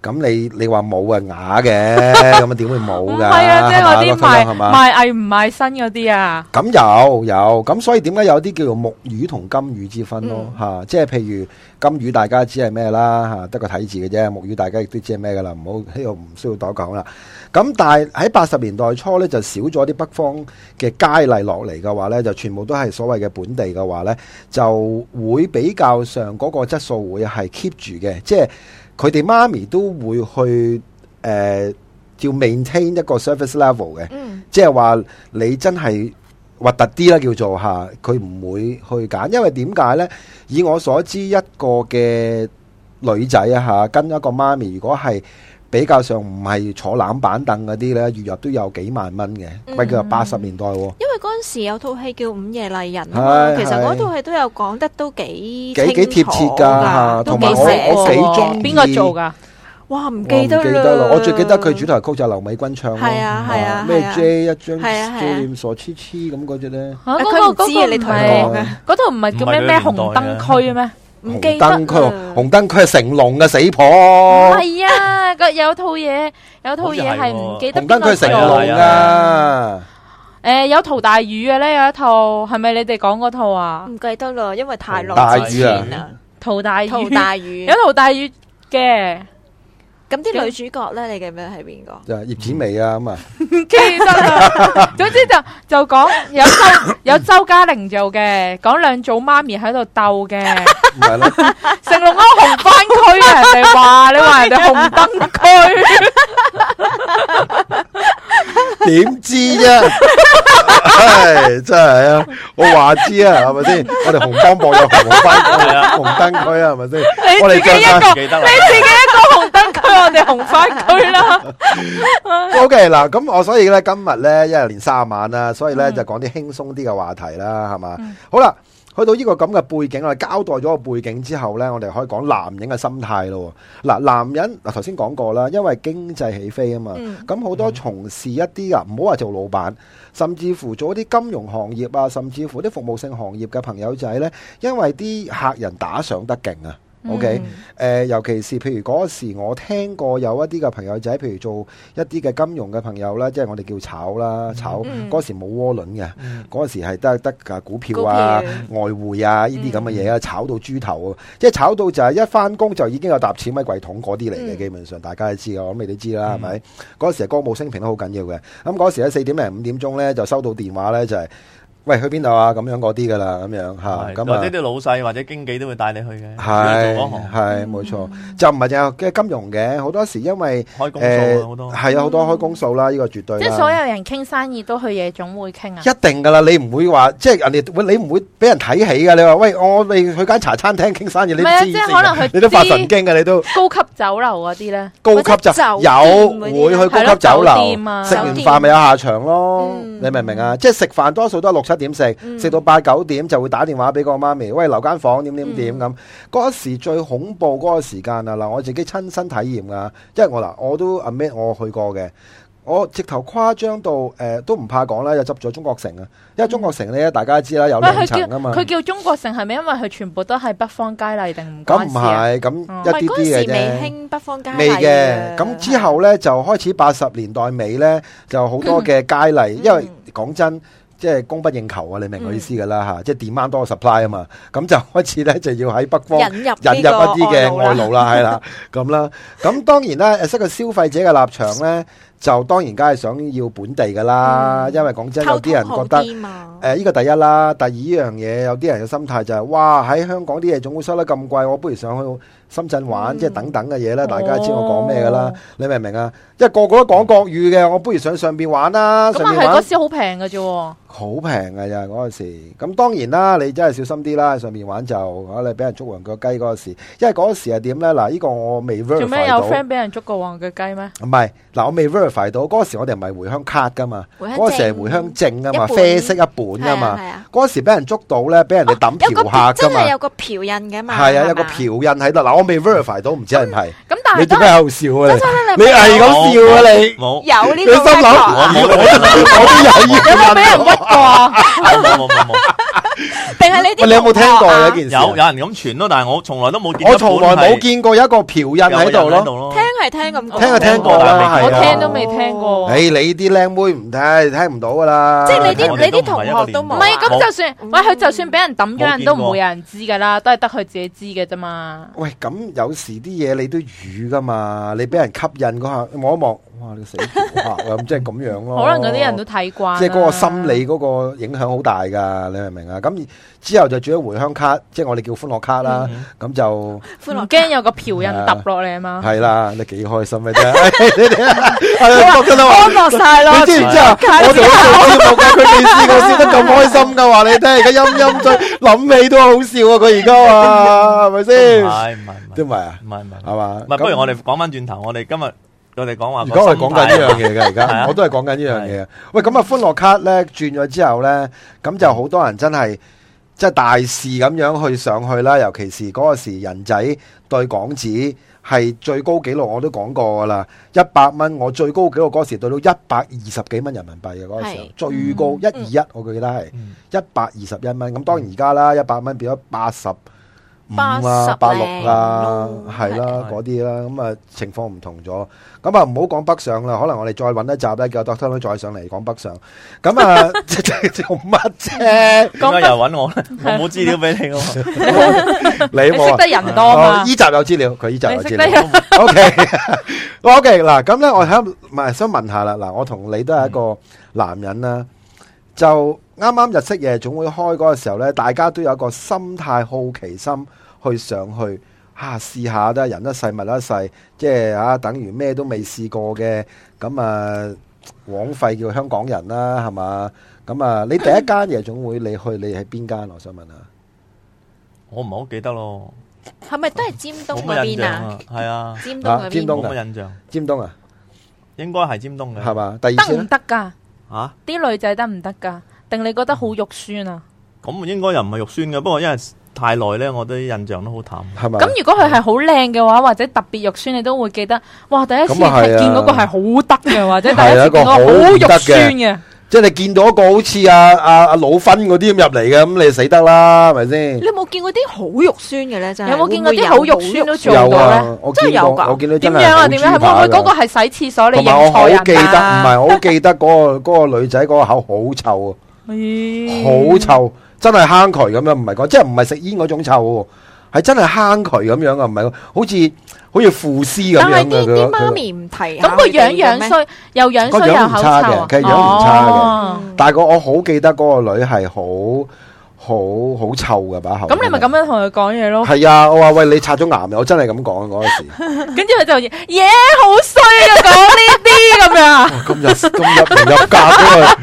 [SPEAKER 2] 咁你你話冇啊啞嘅，咁啊點會冇
[SPEAKER 3] 唔
[SPEAKER 2] 㗎？
[SPEAKER 3] 係啊，即係嗰
[SPEAKER 2] 係
[SPEAKER 3] 啲
[SPEAKER 2] 嘛
[SPEAKER 3] 賣
[SPEAKER 2] 係嘛
[SPEAKER 3] 賣藝唔賣身嗰啲啊。
[SPEAKER 2] 咁有有，咁所以點解有啲叫做木魚同金魚之分咯嚇、即係譬如金魚大家知係咩啦嚇，得個睇字嘅啫，木魚大家亦都知係咩噶啦，唔好呢度唔需要多講啦。咁但係喺八十年代初咧，就少咗啲北方嘅佳麗落嚟嘅話咧，就全部都係所謂嘅本地嘅話咧，就會比較上嗰個質素會係 keep 住嘅，即係佢哋媽咪都會去誒、呃叫 maintain 一個 service level 嘅。
[SPEAKER 4] 嗯，
[SPEAKER 2] 即係話你真係核突啲啦，叫做嚇，佢唔會去揀，因為點解呢？以我所知，一個嘅女仔啊嚇，跟一個媽咪，如果係比較上唔係坐冷板凳嗰啲呢，月入都有幾萬蚊嘅，
[SPEAKER 4] 嗯
[SPEAKER 2] 喂，佢話八十年代喎。
[SPEAKER 4] 因為嗰阵时有套戲叫《午夜麗人》啊嘛，
[SPEAKER 2] 係
[SPEAKER 4] 其實
[SPEAKER 2] 係
[SPEAKER 4] 嗰套戲都有講得都幾
[SPEAKER 2] 幾幾貼
[SPEAKER 4] 清楚
[SPEAKER 2] 切㗎嚇
[SPEAKER 4] 㗎，都
[SPEAKER 2] 啊同埋
[SPEAKER 4] 幾
[SPEAKER 2] 我
[SPEAKER 4] 寫
[SPEAKER 2] 我
[SPEAKER 4] 實
[SPEAKER 2] 幾
[SPEAKER 4] 喎
[SPEAKER 2] 鍾意
[SPEAKER 3] 邊個做
[SPEAKER 4] 啊
[SPEAKER 3] 㗎？
[SPEAKER 4] 哇，唔
[SPEAKER 2] 我唔
[SPEAKER 4] 記
[SPEAKER 2] 記得
[SPEAKER 4] 得
[SPEAKER 2] 啦
[SPEAKER 4] 啦，，
[SPEAKER 2] 我最記得佢主題曲就係劉美君唱咯，
[SPEAKER 4] 係啊係啊
[SPEAKER 2] 咩
[SPEAKER 4] 係啊
[SPEAKER 2] J 一張 J
[SPEAKER 4] 係啊係啊
[SPEAKER 2] 臉傻痴痴咁嗰只呢，
[SPEAKER 3] 嚇
[SPEAKER 4] 啊。
[SPEAKER 3] 嗰
[SPEAKER 4] 佢唔
[SPEAKER 3] 個
[SPEAKER 4] 知
[SPEAKER 3] 嗰個
[SPEAKER 4] 啊，你
[SPEAKER 3] 唔
[SPEAKER 4] 同
[SPEAKER 3] 係
[SPEAKER 4] 我嘅，
[SPEAKER 3] 嗰度唔係
[SPEAKER 1] 唔係佢
[SPEAKER 3] 叫咩咩
[SPEAKER 1] 年代
[SPEAKER 3] 紅燈區咩？
[SPEAKER 4] 唔
[SPEAKER 2] 紅
[SPEAKER 4] 記
[SPEAKER 2] 燈
[SPEAKER 4] 得嗯
[SPEAKER 2] 區
[SPEAKER 4] 啦
[SPEAKER 2] 紅燈區係成龍嘅死
[SPEAKER 3] 唔
[SPEAKER 2] 婆。
[SPEAKER 3] 係啊，個有套嘢有套嘢係唔記得啊
[SPEAKER 2] 紅
[SPEAKER 3] 邊個
[SPEAKER 2] 燈區
[SPEAKER 3] 做
[SPEAKER 2] 成
[SPEAKER 1] 龍
[SPEAKER 2] 龍
[SPEAKER 1] 係
[SPEAKER 2] 啊，
[SPEAKER 3] 诶、有陶大宇嘅咧，有一套係咪你哋講嗰套啊？
[SPEAKER 4] 唔記得啦，因為太耐
[SPEAKER 2] 大
[SPEAKER 4] 之
[SPEAKER 2] 雨啊
[SPEAKER 4] 前啦，
[SPEAKER 3] 陶大宇，
[SPEAKER 4] 陶大 宇
[SPEAKER 3] 有。陶大宇 嘅，
[SPEAKER 4] 咁啲女主角咧，你記唔記得係邊個？
[SPEAKER 2] 就係葉子薇啊咁啊，
[SPEAKER 3] 唔記得啦。啊 總之就就講有周有周嘉玲做嘅，講兩組媽咪喺度鬥嘅，
[SPEAKER 2] 唔係咯，
[SPEAKER 3] 成龍嗰個紅番區啊，人哋話你話人哋紅燈區。
[SPEAKER 2] 點知啫？唉，真係啊！我話知啊，係咪先？我哋紅幫博有紅紅
[SPEAKER 1] 係啊
[SPEAKER 2] 班紅燈區啊，係咪
[SPEAKER 3] 你自己一個，你自己一個
[SPEAKER 2] 先？我
[SPEAKER 1] 記得啦。
[SPEAKER 3] 紅
[SPEAKER 2] 哋再
[SPEAKER 3] 燈區，我哋紅番區啦。
[SPEAKER 2] O K 嗱，咁我所以咧今日咧，因為連三晚啦，所以咧
[SPEAKER 3] 嗯
[SPEAKER 2] 就講啲輕鬆啲嘅話題啦，係嘛
[SPEAKER 3] 嗯？
[SPEAKER 2] 好啦，去到呢個咁嘅背景，我哋交代咗個背景之後咧，我哋可以講男人嘅心態咯喎。嗱，男人嗱頭先講過啦，因為經濟起飛啊嘛，
[SPEAKER 4] 嗯，
[SPEAKER 2] 咁好多從事一啲啊，唔好話做老闆，甚至乎做一啲金融行業啊，甚至乎啲服務性行業嘅朋友仔呢，因為啲客人打賞得勁啊。OK，誒、尤其是譬如嗰時，我聽過有一啲嘅朋友仔，譬如做一啲嘅金融嘅朋友啦，即係我哋叫炒啦，炒
[SPEAKER 4] 嗯
[SPEAKER 2] 嗰、時冇窩輪嘅，
[SPEAKER 1] 嗯
[SPEAKER 2] 嗰時係得得啊股票啊、外匯啊呢啲咁嘅
[SPEAKER 1] 嗯
[SPEAKER 2] 嘢啊，炒到豬頭啊，即係炒到就係一翻工就已經有沓錢喺櫃桶嗰啲嚟嘅，
[SPEAKER 4] 嗯
[SPEAKER 2] 基本上大家都知啊，我諗你都知
[SPEAKER 1] 嗯
[SPEAKER 2] 啦，係咪？嗰時係歌舞升平都好緊要嘅，咁嗰時咧四點零五點鐘咧就收到電話咧就係、喂去邊度啊咁樣嗰啲噶啦，咁樣
[SPEAKER 1] 係，
[SPEAKER 2] 嚇咁啊。
[SPEAKER 1] 或者啲老細或者經紀都會帶你去嘅，
[SPEAKER 2] 係
[SPEAKER 1] 如果做嗰行，嗯
[SPEAKER 2] 係冇錯，就唔係淨係金融嘅，好多時因為
[SPEAKER 1] 開公數啊，
[SPEAKER 2] 誒
[SPEAKER 1] 好多。
[SPEAKER 2] 係有好多開公數啦，呢個絕對
[SPEAKER 3] 即係
[SPEAKER 2] 啦
[SPEAKER 3] 所有人傾生意都去夜總會傾啊。
[SPEAKER 2] 一定噶啦，你唔會話即係人哋你唔會俾人睇起噶，你話喂我哋去間茶餐廳傾生意，你
[SPEAKER 3] 唔係啊
[SPEAKER 2] 黐
[SPEAKER 3] 即係可能
[SPEAKER 2] 線㗎
[SPEAKER 3] 佢
[SPEAKER 2] 你都發
[SPEAKER 3] 知
[SPEAKER 2] 神經嘅，你都。
[SPEAKER 3] 高級酒樓嗰啲咧，
[SPEAKER 2] 高級就
[SPEAKER 4] 或者酒店
[SPEAKER 2] 有
[SPEAKER 4] 嗰啲
[SPEAKER 2] 會
[SPEAKER 4] 咧
[SPEAKER 2] 去高
[SPEAKER 3] 係
[SPEAKER 2] 級酒
[SPEAKER 3] 咯酒
[SPEAKER 2] 樓，
[SPEAKER 3] 店啊
[SPEAKER 2] 食完飯咪有下場咯。
[SPEAKER 4] 嗯
[SPEAKER 2] 你明唔明啊？即係食飯多數都係六七點食，
[SPEAKER 4] 嗯
[SPEAKER 2] 食到八九點就會打電話俾個媽咪，喂留間房點點點咁。嗰時最恐怖嗰個時間啊！嗱，我自己親身體驗噶，因為我嗱我都 admit 我去過嘅。我直頭誇張到誒、呃都唔怕講啦，又執咗中國城啊！因為中國城咧，大家知啦，有
[SPEAKER 3] 唔係
[SPEAKER 2] 兩
[SPEAKER 3] 佢
[SPEAKER 2] 層啊
[SPEAKER 3] 叫
[SPEAKER 2] 嘛。
[SPEAKER 3] 佢叫中國城係咪因為佢全部都係北方佳麗定唔
[SPEAKER 2] 咁
[SPEAKER 3] 關
[SPEAKER 2] 唔
[SPEAKER 3] 事啊？
[SPEAKER 2] 係，咁
[SPEAKER 3] 哦
[SPEAKER 4] 唔係
[SPEAKER 2] 一啲
[SPEAKER 4] 嗰
[SPEAKER 2] 啲嘅
[SPEAKER 4] 陣時
[SPEAKER 2] 啫。
[SPEAKER 4] 未興北方街
[SPEAKER 2] 未嘅，咁之後呢，就開始八十年代尾呢，就好多 嘅佳麗，因
[SPEAKER 4] 嗯
[SPEAKER 2] 為講真。即係供不應求啊！你明我意思㗎啦嚇，即係 demand 多過 supply 啊嘛，咁就開始呢，就要喺北方
[SPEAKER 4] 引入呢
[SPEAKER 2] 引
[SPEAKER 4] 個
[SPEAKER 2] 入一啲嘅外
[SPEAKER 4] 外勞啦
[SPEAKER 2] 勞啦，係啦，咁啦，咁當然啦，識個消費者嘅立場呢，就當然梗係想要本地㗎
[SPEAKER 4] 嗯
[SPEAKER 2] 啦，因為講真有啲人覺得。
[SPEAKER 4] 得
[SPEAKER 2] 誒呢個第一啦，第二樣嘢有啲人嘅心態就係、哇喺香港啲嘢總會收得咁貴，我不如上去深圳玩，
[SPEAKER 4] 嗯
[SPEAKER 2] 即係等等嘅嘢啦。大家知我講咩噶啦
[SPEAKER 3] 哦，
[SPEAKER 2] 你明唔明啊？因為個個都講國語嘅，我不如上上邊玩啦，
[SPEAKER 3] 咁啊，
[SPEAKER 2] 上邊
[SPEAKER 3] 係嗰
[SPEAKER 2] 玩
[SPEAKER 3] 時好平嘅啫喎。
[SPEAKER 2] 好平㗎咋嗰陣時。咁當然啦，你真係小心啲啦，上邊玩就啊你俾人捉黃腳雞嗰陣時，因為嗰陣時係點咧？嗱，呢個我未
[SPEAKER 3] 做咩有
[SPEAKER 2] verify 到
[SPEAKER 3] friend。俾人捉過黃腳雞咩？
[SPEAKER 2] 唔係，嗱我未 verify 到，嗰陣時我哋唔係回鄉卡噶嘛，
[SPEAKER 4] 回鄉
[SPEAKER 2] 嗰陣時係
[SPEAKER 4] 證
[SPEAKER 2] 回鄉證啊嘛，
[SPEAKER 4] 一本
[SPEAKER 2] 啡色一本啊嘛。嗰時俾人捉到咧，俾人哋抌嫖
[SPEAKER 4] 有個
[SPEAKER 2] 客噶
[SPEAKER 4] 真
[SPEAKER 2] 嘛
[SPEAKER 4] 係，有個嫖印嘅嘛，
[SPEAKER 2] 係啊，
[SPEAKER 4] 嘛
[SPEAKER 2] 有個嫖印喺度。嗱，我未 verify 到，唔知係唔係。
[SPEAKER 3] 咁但
[SPEAKER 2] 你
[SPEAKER 3] 係都
[SPEAKER 2] 做咩喺度笑啊
[SPEAKER 4] 真係
[SPEAKER 2] 你？你係咁笑啊你？
[SPEAKER 1] 冇，冇，
[SPEAKER 4] 有呢
[SPEAKER 2] 你
[SPEAKER 4] 個
[SPEAKER 2] 心諗
[SPEAKER 4] record
[SPEAKER 2] 我冇
[SPEAKER 3] 人
[SPEAKER 2] 我都有要
[SPEAKER 3] 屈過啊！
[SPEAKER 1] 冇，冇，冇，冇。
[SPEAKER 4] 定係你
[SPEAKER 2] 印。
[SPEAKER 4] 啲
[SPEAKER 2] 你有冇聽過
[SPEAKER 4] 同學啊
[SPEAKER 2] 呢？ 件事啊？
[SPEAKER 1] 有-有人咁傳咯，但係我從來都冇見
[SPEAKER 2] 我
[SPEAKER 1] 一本
[SPEAKER 2] 從來冇
[SPEAKER 1] 係
[SPEAKER 2] 見過有一個嫖印
[SPEAKER 1] 有個
[SPEAKER 2] 喺度
[SPEAKER 1] 人喺
[SPEAKER 2] 咯。
[SPEAKER 1] 度咯。
[SPEAKER 4] 聽係聽咁講，
[SPEAKER 2] 聽係聽過啦，係
[SPEAKER 1] 我
[SPEAKER 3] 我
[SPEAKER 2] 啊
[SPEAKER 3] 聽都未聽過。
[SPEAKER 2] 誒，你啲靚妹唔睇，聽唔到噶啦。
[SPEAKER 4] 即係你啲
[SPEAKER 1] 我
[SPEAKER 4] 你
[SPEAKER 1] 哋都
[SPEAKER 4] 啲
[SPEAKER 1] 唔係一個
[SPEAKER 4] 同學都
[SPEAKER 3] 唔
[SPEAKER 4] 冇啊，
[SPEAKER 3] 係咁，就算
[SPEAKER 4] 嗯
[SPEAKER 3] 喂佢就算俾人抌咗，人都
[SPEAKER 1] 冇見
[SPEAKER 3] 唔
[SPEAKER 1] 過
[SPEAKER 3] 會有人知㗎啦，都係得佢自己知嘅啫嘛。
[SPEAKER 2] 喂，咁有時啲嘢你都預噶嘛？你俾人吸引嗰下，望一望，哇！你死嫖客 啊，咁即係咁樣咯。
[SPEAKER 3] 可能嗰啲人都睇慣啦，
[SPEAKER 2] 即係嗰個心理嗰個影響好大㗎，你明唔明啊？咁之後就轉咗回鄉卡，即係我哋叫歡樂卡啦。咁、就
[SPEAKER 4] 歡
[SPEAKER 3] 唔
[SPEAKER 4] 樂
[SPEAKER 3] 驚有個嫖印揼落嚟啊嘛。
[SPEAKER 2] 係啦，你幾開心嘅 啫！你哋係覺得話，
[SPEAKER 4] 安樂晒
[SPEAKER 2] 你
[SPEAKER 4] 咯，
[SPEAKER 2] 知唔知啊？ 我哋做節目嘅，佢未試過笑得咁開心㗎，話你聽，而家陰陰嘴，諗起都好笑啊！佢而家啊，係咪先？
[SPEAKER 1] 唔係，唔係，唔係，
[SPEAKER 2] 都唔係啊，
[SPEAKER 1] 唔係，唔係，唔係。
[SPEAKER 2] 係嘛？
[SPEAKER 1] 唔係，
[SPEAKER 2] 咁
[SPEAKER 1] 不如我哋講返轉頭，我哋今日-我哋講話
[SPEAKER 2] 而家我係
[SPEAKER 1] 個心
[SPEAKER 2] 講緊
[SPEAKER 1] 態啊。
[SPEAKER 2] 呢樣嘢嘅，而
[SPEAKER 1] 係
[SPEAKER 2] 家
[SPEAKER 1] 啊
[SPEAKER 2] 我都係講緊呢樣嘢。喂，咁啊，歡樂卡咧轉咗之後咧，咁就好多人真係即係大事咁樣去上去啦，尤其是嗰個時人仔對港紙係最高紀錄，我都講過噶啦，一百蚊我最高紀錄嗰時對到一百二十幾蚊人民幣嘅嗰個時候
[SPEAKER 4] 係，
[SPEAKER 2] 最高一二一，我記得係
[SPEAKER 1] 嗯
[SPEAKER 2] 一百二十一蚊。咁當然而家啦，一百蚊變咗八十五啊、八
[SPEAKER 4] 八十
[SPEAKER 2] 六
[SPEAKER 4] 零
[SPEAKER 2] 啊，
[SPEAKER 4] 咯
[SPEAKER 2] 係啦
[SPEAKER 1] 係
[SPEAKER 2] 嗰啲啦，咁啊情況唔同咗。咁啊唔好講北上啦，可能我哋再揾一集咧，叫 Doctor Lung 再上嚟講北上。咁啊即係做乜啫？
[SPEAKER 1] 點解又揾我咧？我冇資料俾你喎。
[SPEAKER 2] 你
[SPEAKER 3] 你
[SPEAKER 2] 冇
[SPEAKER 3] 識
[SPEAKER 2] 啊？
[SPEAKER 3] 得人多嘛
[SPEAKER 2] 哦？依集有資料，佢依集有
[SPEAKER 3] 你
[SPEAKER 2] 資
[SPEAKER 3] 識
[SPEAKER 2] 料
[SPEAKER 3] 得。人
[SPEAKER 2] O K，O K，嗱，咁咧，我喺唔係想問下啦，嗱，我同你都係一個男人啦，就啱啱日式夜總會開嗰個時候咧，大家都有一個心態好奇心去上去啊，試下啦，人一世物一世，即係啊，等於咩都未試過嘅，咁啊，枉費叫香港人啦，係嘛？咁啊，你第一間夜總會你去，你喺邊間？我想問下。
[SPEAKER 1] 我唔係好記得咯，
[SPEAKER 4] 系咪都係尖
[SPEAKER 1] 冇
[SPEAKER 4] 東嗰
[SPEAKER 1] 乜印
[SPEAKER 4] 邊
[SPEAKER 1] 象
[SPEAKER 4] 啊？
[SPEAKER 1] 啊。係啊，
[SPEAKER 4] 尖
[SPEAKER 2] 啊
[SPEAKER 4] 東嗰
[SPEAKER 2] 尖
[SPEAKER 4] 邊
[SPEAKER 2] 東
[SPEAKER 1] 冇乜印象，
[SPEAKER 2] 尖東啊，
[SPEAKER 1] 應該係尖東嘅。
[SPEAKER 2] 係嘛？第二次
[SPEAKER 3] 得唔
[SPEAKER 2] 咧，
[SPEAKER 3] 得噶？
[SPEAKER 1] 啊，
[SPEAKER 3] 啲女仔得唔得噶？定你覺得好肉酸啊？
[SPEAKER 1] 咁應該又唔係肉酸嘅，不過因為太耐咧，我啲印象都好 淡。
[SPEAKER 2] 係咪？
[SPEAKER 3] 咁如果佢係好靚嘅話，或者特別肉酸，你都會記得。哇！第一次
[SPEAKER 2] 咁啊係
[SPEAKER 3] 係
[SPEAKER 2] 啊
[SPEAKER 3] 見嗰個係好得嘅，或者第一
[SPEAKER 2] 係
[SPEAKER 3] 次
[SPEAKER 2] 啊一個
[SPEAKER 3] 見嗰個
[SPEAKER 2] 好
[SPEAKER 3] 好
[SPEAKER 2] 唔得
[SPEAKER 3] 肉
[SPEAKER 2] 嘅
[SPEAKER 3] 酸嘅。
[SPEAKER 2] 即係你見到一個好似阿阿阿老芬嗰啲咁入嚟嘅，咁你死得啦，係咪先
[SPEAKER 4] 你？有冇見過啲好肉酸嘅咧？真係
[SPEAKER 3] 有冇見過啲
[SPEAKER 4] 會唔會
[SPEAKER 3] 好
[SPEAKER 4] 有
[SPEAKER 3] 肉酸都做
[SPEAKER 2] 有
[SPEAKER 3] 到咧
[SPEAKER 2] 啊，我
[SPEAKER 4] 真係
[SPEAKER 2] 見過
[SPEAKER 4] 有㗎
[SPEAKER 2] 我見到真
[SPEAKER 3] 點
[SPEAKER 2] 係
[SPEAKER 3] 樣
[SPEAKER 2] 好
[SPEAKER 3] 啊？點樣？
[SPEAKER 2] 豬扒
[SPEAKER 3] 係會唔會嗰個
[SPEAKER 2] 㗎
[SPEAKER 3] 係洗廁所你
[SPEAKER 2] 同埋我
[SPEAKER 3] 認
[SPEAKER 2] 好
[SPEAKER 3] 錯
[SPEAKER 2] 記
[SPEAKER 3] 人
[SPEAKER 2] 得，唔
[SPEAKER 3] 啊？
[SPEAKER 2] 係我好記得嗰 個嗰個女仔嗰個口好臭啊，
[SPEAKER 3] 咦
[SPEAKER 2] 好臭，真係坑渠咁樣，唔係講，即係唔係食煙嗰種臭喎，係真係坑渠咁樣啊，唔係好似好似腐屍咁
[SPEAKER 4] 但係
[SPEAKER 2] 樣嘅啊佢
[SPEAKER 4] 啲啲
[SPEAKER 2] 個
[SPEAKER 4] 媽
[SPEAKER 2] 佢個。
[SPEAKER 4] 咪唔提下
[SPEAKER 3] 咁個
[SPEAKER 4] 佢哋
[SPEAKER 3] 樣
[SPEAKER 4] 嘅
[SPEAKER 3] 樣
[SPEAKER 4] 咩，
[SPEAKER 3] 衰，又樣衰
[SPEAKER 2] 個樣
[SPEAKER 3] 又
[SPEAKER 2] 唔
[SPEAKER 3] 口臭
[SPEAKER 2] 差
[SPEAKER 3] 啊！
[SPEAKER 2] 嘅其實樣唔
[SPEAKER 3] à.
[SPEAKER 2] 差嘅
[SPEAKER 3] 哦
[SPEAKER 4] 嗯
[SPEAKER 2] 但係個我好記得嗰個女係好好好臭嘅把口。
[SPEAKER 3] 咁你咪咁樣同佢講嘢咯，
[SPEAKER 2] 係啊！我話喂，你刷咗牙未？我真係咁講嗰陣時。
[SPEAKER 3] 跟住佢就嘢好衰啊！講呢啲咁樣啊，
[SPEAKER 2] 哇今日今日唔入格嘅，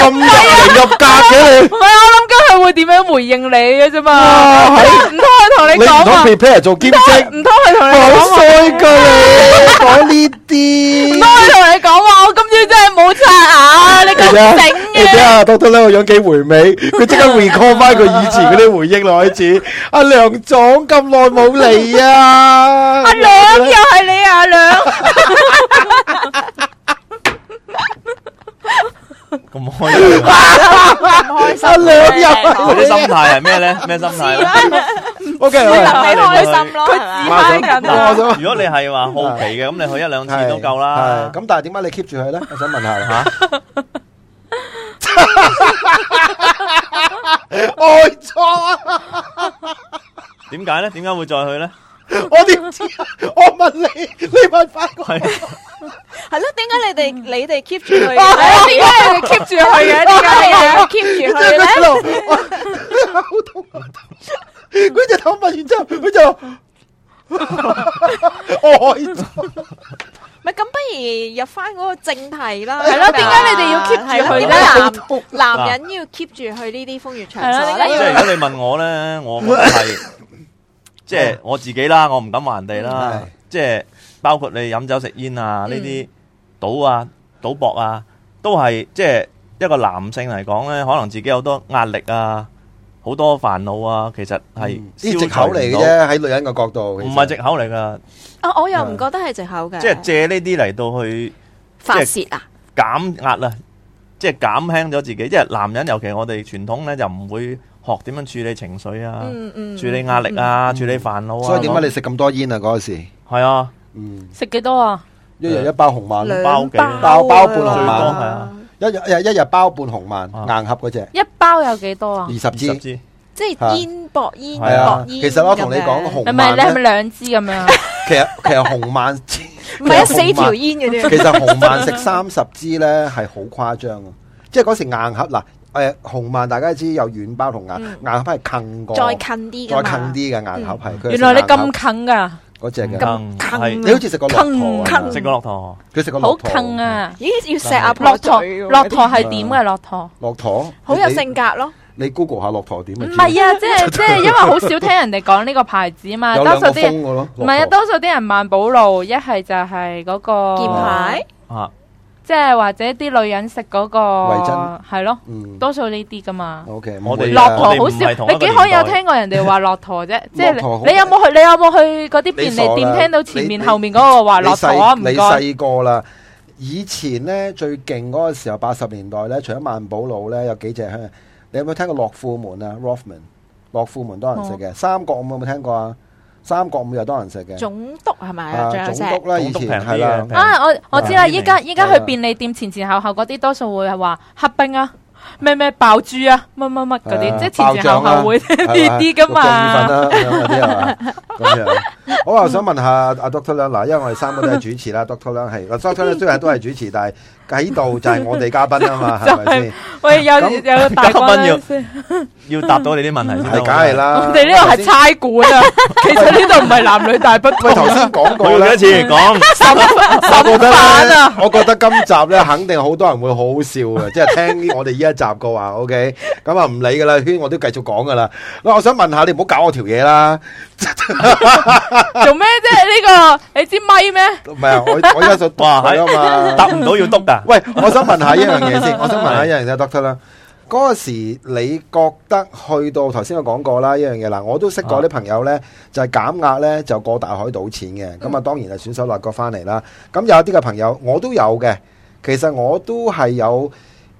[SPEAKER 2] 今日唔入格嘅
[SPEAKER 3] 唔係我諗緊佢會點樣回應你嘅啫嘛，
[SPEAKER 2] 哇
[SPEAKER 3] 唔通佢同
[SPEAKER 2] 你，你
[SPEAKER 3] 你
[SPEAKER 2] 唔
[SPEAKER 3] 講
[SPEAKER 2] 通
[SPEAKER 3] 啊？
[SPEAKER 2] prepare 做兼職？
[SPEAKER 3] 唔通佢同你
[SPEAKER 2] 好
[SPEAKER 3] 講話？
[SPEAKER 2] 衰噶你，講呢
[SPEAKER 3] 唔
[SPEAKER 2] 啲
[SPEAKER 3] 通。佢同你講話？我今朝真係冇刷牙，你咁
[SPEAKER 2] 啊
[SPEAKER 3] 整
[SPEAKER 2] 你睇
[SPEAKER 3] 嘅。
[SPEAKER 2] 下，多得咧個樣幾回味，佢即刻 recall 翻佢以前嗰啲回憶落開始。阿梁總咁耐冇嚟啊！
[SPEAKER 3] 阿兩又係你啊，阿兩，
[SPEAKER 1] 咁開心啊，
[SPEAKER 2] 阿梁又
[SPEAKER 1] 我啲
[SPEAKER 2] 係
[SPEAKER 1] 心態係咩咧？咩心態咧？
[SPEAKER 2] O K，
[SPEAKER 4] 會
[SPEAKER 2] 喂
[SPEAKER 4] 令你開心咯，係
[SPEAKER 3] 自
[SPEAKER 4] 咪啊
[SPEAKER 3] 嗨緊
[SPEAKER 1] 嗱
[SPEAKER 3] 啊！
[SPEAKER 2] 我想
[SPEAKER 1] 如果你係話好奇嘅，咁你去一兩次都夠啦
[SPEAKER 2] 係。咁但係點解你 keep 住佢咧？我想問下啦。
[SPEAKER 1] 嚇，
[SPEAKER 2] 爱错啊！
[SPEAKER 1] 點解咧？點解會再去咧？
[SPEAKER 2] 我点知啊？我問你，你問翻我。
[SPEAKER 1] 係
[SPEAKER 4] 係咯？點解你哋你 哋 keep 住佢
[SPEAKER 3] 係啊
[SPEAKER 4] 嘅咧？
[SPEAKER 3] 點解你會 keep 住佢嘅？點解你哋會 keep
[SPEAKER 2] 真
[SPEAKER 3] 住佢
[SPEAKER 2] 係
[SPEAKER 3] 咧？
[SPEAKER 2] 佢我好痛好痛！佢隻頭問完之後，佢就愛錯。
[SPEAKER 4] 咪咁，不如入翻嗰個正題啦。
[SPEAKER 3] 係咯點解你哋要 keep 住
[SPEAKER 4] 啊係咯
[SPEAKER 3] 佢咧
[SPEAKER 4] 點解男男人要 keep 住去呢啲風月場所
[SPEAKER 3] 係咯點解
[SPEAKER 1] 即
[SPEAKER 4] 咧？
[SPEAKER 1] 係如果你問我咧，我覺得 係即係我自己啦，我唔敢話人哋啦
[SPEAKER 2] 係。
[SPEAKER 1] 即係包括你飲酒食煙啊，呢啲賭啊、賭博啊，都係即係一個男性嚟講咧，可能自己有好多壓力啊，好多煩惱啊，其實係
[SPEAKER 2] 啲
[SPEAKER 1] 消
[SPEAKER 2] 藉口
[SPEAKER 1] 除唔
[SPEAKER 2] 嚟嘅
[SPEAKER 1] 到，
[SPEAKER 2] 啫，喺女人嘅角度，
[SPEAKER 1] 唔係藉口嚟㗎，
[SPEAKER 4] 啊，我
[SPEAKER 2] 嗯
[SPEAKER 4] 又唔覺得係藉口嘅，
[SPEAKER 1] 即係借呢啲嚟到去。
[SPEAKER 4] 發泄啊，
[SPEAKER 1] 減壓啦，即係減輕咗自己。即係男人，尤其我哋傳統咧，就唔會學點樣處理情緒啊，
[SPEAKER 4] 嗯嗯，
[SPEAKER 1] 處理壓力啊，處理煩惱啊。
[SPEAKER 2] 所以點解你食咁多煙啊？嗰時，
[SPEAKER 1] 係啊？
[SPEAKER 2] 嗯，
[SPEAKER 3] 食幾多啊？
[SPEAKER 2] 一日一包紅
[SPEAKER 4] 嗯
[SPEAKER 2] 萬，
[SPEAKER 4] 兩
[SPEAKER 1] 包幾
[SPEAKER 2] 包包半紅
[SPEAKER 4] 啊
[SPEAKER 1] 最多
[SPEAKER 2] 萬，
[SPEAKER 1] 係啊
[SPEAKER 2] 一日一日一日包半紅萬，
[SPEAKER 1] 啊
[SPEAKER 2] 硬盒嗰只
[SPEAKER 3] 一包有幾多啊
[SPEAKER 2] 二？十
[SPEAKER 1] 二
[SPEAKER 2] 支
[SPEAKER 1] 十。支，
[SPEAKER 4] 即係煙薄煙
[SPEAKER 2] 啊係啊
[SPEAKER 4] 薄，煙。
[SPEAKER 2] 其實我同你講
[SPEAKER 3] 係
[SPEAKER 4] 咁樣
[SPEAKER 3] 咪
[SPEAKER 2] 紅萬
[SPEAKER 3] 你係咪
[SPEAKER 2] 咧，
[SPEAKER 3] 兩支咁樣啊？
[SPEAKER 2] 其實 其實紅萬，唔
[SPEAKER 4] 唔係啊，四條煙嗰 啲。
[SPEAKER 2] 其實紅 萬食三十支咧係好誇張啊！即係嗰時硬盒嗱，誒、紅萬大家知有軟包同硬、
[SPEAKER 4] 嗯
[SPEAKER 2] 硬盒係近過，
[SPEAKER 4] 再近啲
[SPEAKER 2] 再
[SPEAKER 4] 㗎
[SPEAKER 2] 近
[SPEAKER 4] 嘛，
[SPEAKER 2] 啲嘅硬盒係。佢係
[SPEAKER 3] 原來你
[SPEAKER 2] 食硬
[SPEAKER 3] 咁近噶，
[SPEAKER 2] 盒嗰只
[SPEAKER 1] 唔
[SPEAKER 2] 嘅，
[SPEAKER 1] 坑
[SPEAKER 4] 咁
[SPEAKER 1] 係
[SPEAKER 2] 你好似食過駱駝啊
[SPEAKER 4] 近
[SPEAKER 1] 嗯食過落堂，
[SPEAKER 2] 佢食過
[SPEAKER 3] 好
[SPEAKER 2] 駱駝，
[SPEAKER 3] 近啊！
[SPEAKER 4] 咦，要錫阿
[SPEAKER 3] 骆
[SPEAKER 4] 婆
[SPEAKER 3] 驼
[SPEAKER 4] 嘴喎
[SPEAKER 3] 骆
[SPEAKER 2] 啊
[SPEAKER 3] 驼系点嘅骆驼？
[SPEAKER 2] 駱駝
[SPEAKER 4] 好有
[SPEAKER 2] 你
[SPEAKER 4] 性格咯。
[SPEAKER 2] 你 Google 下駱駝點
[SPEAKER 3] 唔
[SPEAKER 2] 咪知
[SPEAKER 3] 係啊，即 係即係，因為好少聽人哋講呢個牌子嘛，
[SPEAKER 2] 有
[SPEAKER 3] 多
[SPEAKER 2] 兩
[SPEAKER 3] 數
[SPEAKER 2] 個
[SPEAKER 3] 啲
[SPEAKER 2] 風
[SPEAKER 3] 人
[SPEAKER 2] 嘅咯，
[SPEAKER 3] 唔係啊，
[SPEAKER 2] 駱駝
[SPEAKER 3] 多數啲人萬寶路，一係就係嗰
[SPEAKER 2] 哦
[SPEAKER 3] 個
[SPEAKER 4] 劍牌，
[SPEAKER 1] 啊，
[SPEAKER 3] 即係或者啲女人食嗰個
[SPEAKER 2] 維珍
[SPEAKER 3] 係咯，
[SPEAKER 2] 嗯
[SPEAKER 3] 多數呢啲噶嘛。
[SPEAKER 2] ，OK，
[SPEAKER 1] 我哋
[SPEAKER 3] 骆
[SPEAKER 2] 唔
[SPEAKER 1] 駱我哋
[SPEAKER 3] 驼好
[SPEAKER 2] 會啊
[SPEAKER 1] 唔係
[SPEAKER 3] 少，
[SPEAKER 1] 同一
[SPEAKER 3] 你
[SPEAKER 1] 個
[SPEAKER 3] 幾可有
[SPEAKER 1] 年代
[SPEAKER 3] 聽過人哋話骆驼 啫？即係
[SPEAKER 2] 駱駝好
[SPEAKER 3] 你你有冇去？你有冇去嗰啲便
[SPEAKER 2] 你傻
[SPEAKER 3] 利店
[SPEAKER 2] 啦
[SPEAKER 3] 聽到前面
[SPEAKER 2] 你
[SPEAKER 3] 後面嗰個話
[SPEAKER 2] 你
[SPEAKER 3] 骆驼啊？
[SPEAKER 2] 細
[SPEAKER 3] 唔
[SPEAKER 2] 你
[SPEAKER 3] 該，
[SPEAKER 2] 細個啦。以前咧最勁嗰個時候，八十年代咧，除咗萬寶路咧，有幾隻香。你有冇聽過樂富門啊？Rothman 樂富門多人食嘅，三角五有冇聽過啊？三角五又多人食嘅，
[SPEAKER 4] 總督係咪啊？
[SPEAKER 2] 啊
[SPEAKER 4] 仲有隻
[SPEAKER 2] 總督啦，以
[SPEAKER 1] 總督平
[SPEAKER 2] 前
[SPEAKER 1] 啲
[SPEAKER 2] 係啦
[SPEAKER 1] 嘅，平
[SPEAKER 3] 啊，我我知啦，
[SPEAKER 1] 啊
[SPEAKER 3] 依家依家
[SPEAKER 2] 係
[SPEAKER 3] 去
[SPEAKER 2] 啊
[SPEAKER 3] 便利店前前後後嗰啲，多數會係話黑冰啊。咩咩爆珠啊，乜乜乜嗰
[SPEAKER 2] 係啊
[SPEAKER 3] 啲，即系前前後
[SPEAKER 2] 爆醬啊
[SPEAKER 3] 後會
[SPEAKER 2] 係
[SPEAKER 3] 呢
[SPEAKER 2] 嘛
[SPEAKER 3] 啲噶嘛。
[SPEAKER 2] 肉醬意粉啦，咁樣嗰啲係嘛？咁樣，好啊，我想問下阿 Doctor 梁嗱，因為我哋三個都係主持啦，Doctor 梁係，Doctor 梁雖然都係主持，但係喺度就係我哋嘉賓啊嘛，係咪先？
[SPEAKER 3] 喂，有
[SPEAKER 2] 咁
[SPEAKER 3] 有個大
[SPEAKER 1] 嘉賓
[SPEAKER 3] 軍
[SPEAKER 1] 要
[SPEAKER 3] 啦先
[SPEAKER 1] 要答到你啲問題先
[SPEAKER 2] 係，
[SPEAKER 1] 得。
[SPEAKER 2] 梗係啦。
[SPEAKER 3] 我哋呢度係差館啊，其實呢度唔係男女大不同
[SPEAKER 2] 喂，頭
[SPEAKER 3] 啊，
[SPEAKER 2] 先講
[SPEAKER 1] 我
[SPEAKER 2] 過
[SPEAKER 1] 要
[SPEAKER 2] 咧
[SPEAKER 1] 一。次講，
[SPEAKER 2] 我覺得
[SPEAKER 3] 反
[SPEAKER 2] 咧
[SPEAKER 3] 啊，
[SPEAKER 2] 我覺得今集咧肯定好多人會好好笑嘅，即係聽我哋呢一集嘅話，OK，咁啊唔理噶啦，圈我都繼續講噶啦。嗱，我想問下你，唔好搞我條嘢啦，
[SPEAKER 3] 做咩啫？呢個你支咪咩？
[SPEAKER 2] 唔係啊，我我而家想
[SPEAKER 1] 哇
[SPEAKER 2] 佢啊
[SPEAKER 1] 答
[SPEAKER 2] 嘛。
[SPEAKER 1] 唔到要篤 㗎。
[SPEAKER 2] 喂，我想問下一樣 嘢先，我想問下一樣嘢，Doctor 啦。嗰個時你覺得去到頭先我講過啦，一樣嘢嗱，我都識
[SPEAKER 1] 啊
[SPEAKER 2] 過啲朋友咧，就係減壓咧就過大海賭錢嘅，
[SPEAKER 1] 嗯
[SPEAKER 2] 咁啊當然係選手勒過翻嚟啦。咁有啲嘅朋友我都有嘅，其實我都係有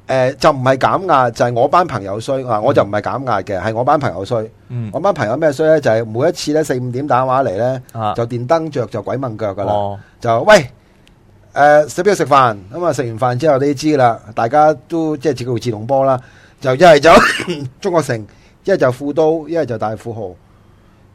[SPEAKER 2] 誒，就唔係減壓，就係我班朋友衰啊，我就唔係減壓嘅，係我班朋友衰。
[SPEAKER 1] 嗯，
[SPEAKER 2] 我班朋友咩衰咧？就係每一次咧四五點打電話嚟咧，
[SPEAKER 1] 啊，
[SPEAKER 2] 就電燈着就鬼問腳噶啦。
[SPEAKER 1] 哦，
[SPEAKER 2] 就喂誒食邊度食飯咁啊？食完飯之後你知啦，大家都即係自己會自動波啦。就一係就 中國城，一係就富都，一係就大富豪，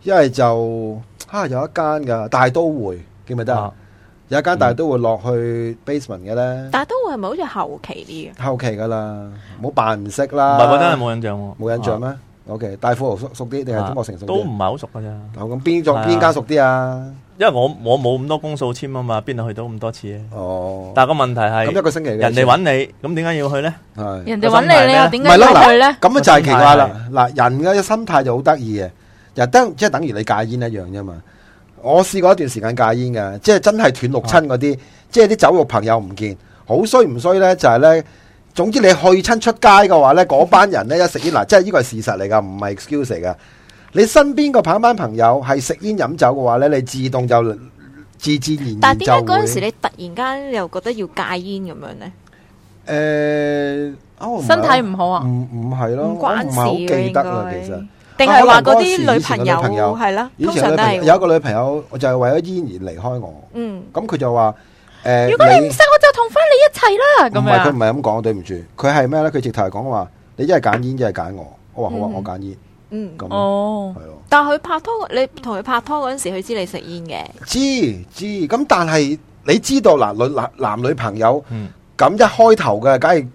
[SPEAKER 2] 一係就啊有一間噶大都會記唔記得啊？
[SPEAKER 1] 啊嗯
[SPEAKER 2] 有一間大都會落去 basement 嘅咧，
[SPEAKER 4] 但係都會係咪好似後期啲嘅？
[SPEAKER 2] 後期噶啦，唔好扮唔識
[SPEAKER 1] 啊唔
[SPEAKER 2] 啦。
[SPEAKER 1] 係我真係冇印象喎。
[SPEAKER 2] 冇印象咩？OK，大富豪熟熟啲定係
[SPEAKER 1] 啊
[SPEAKER 2] 中國城熟
[SPEAKER 1] 都唔係
[SPEAKER 2] 啲？
[SPEAKER 1] 好熟㗎咋。
[SPEAKER 2] 好咁邊種
[SPEAKER 1] 係啊
[SPEAKER 2] 邊間熟啲啊？
[SPEAKER 1] 因為我我冇咁多公數簽啊嘛，邊度去到咁多次啊？
[SPEAKER 2] 哦，
[SPEAKER 1] 但係個問題
[SPEAKER 2] 咁一
[SPEAKER 1] 係
[SPEAKER 2] 個星期嘅
[SPEAKER 1] 人哋揾你，咁點解要去咧？
[SPEAKER 2] 係。
[SPEAKER 3] 人哋揾你，你又點
[SPEAKER 2] 唔係
[SPEAKER 3] 解
[SPEAKER 2] 咯
[SPEAKER 3] 要去咧？
[SPEAKER 2] 咁啊就係奇怪啦。嗱，人嘅心態就好得意嘅，就等即係等於你戒煙一樣啫嘛。我試過一段時間戒煙嘅，即係真係斷六親嗰啲，即係啲酒肉朋友唔見，好衰唔衰咧？就係咧，總之你去親出街嘅話咧，嗰班人咧一食煙嗱，即係呢個係事實嚟㗎，唔係 excuse 嚟㗎。你身邊個棒班朋友係食煙飲酒嘅話咧，你自動就自自然然
[SPEAKER 4] 但
[SPEAKER 2] 就
[SPEAKER 4] 係點解嗰
[SPEAKER 2] 會
[SPEAKER 4] 陣時你突然間又覺得要戒煙咁樣咧？
[SPEAKER 2] 誒啊我唔係
[SPEAKER 3] 身體唔好啊？
[SPEAKER 2] 唔唔係咯，
[SPEAKER 4] 唔關
[SPEAKER 2] 我唔係好
[SPEAKER 4] 事嘅
[SPEAKER 2] 記
[SPEAKER 4] 應
[SPEAKER 2] 得啦，
[SPEAKER 4] 該
[SPEAKER 2] 其實。。
[SPEAKER 4] 定係話
[SPEAKER 2] 可能
[SPEAKER 4] 嗰
[SPEAKER 2] 嗰陣時
[SPEAKER 4] 啲女朋
[SPEAKER 2] 以前嘅女朋友
[SPEAKER 4] 友係啦，
[SPEAKER 2] 以
[SPEAKER 4] 通
[SPEAKER 2] 前
[SPEAKER 4] 常
[SPEAKER 2] 有個朋友
[SPEAKER 4] 都係
[SPEAKER 2] 有一個女朋友，我就係為咗煙而離開我。
[SPEAKER 4] 嗯
[SPEAKER 2] 咁佢就話：誒、
[SPEAKER 3] 如果你唔識，我就同翻你一齊啦。
[SPEAKER 2] 唔
[SPEAKER 3] 咁
[SPEAKER 2] 係佢嗯唔
[SPEAKER 3] 樣啊
[SPEAKER 2] 係咁講，對唔住，佢係咩咧？佢直頭係講話：你一係揀煙，一係揀我。我話好啊，
[SPEAKER 4] 嗯
[SPEAKER 2] 我揀煙
[SPEAKER 4] 嗯。
[SPEAKER 2] 咁咯，
[SPEAKER 3] 哦，
[SPEAKER 2] 係咯。
[SPEAKER 4] 但係佢拍拖，你同佢拍拖嗰陣時，佢知你食煙嘅。
[SPEAKER 2] 知知咁，但係你知道嗱，女男男女朋友
[SPEAKER 1] 嗯，
[SPEAKER 2] 咁一開頭嘅，梗係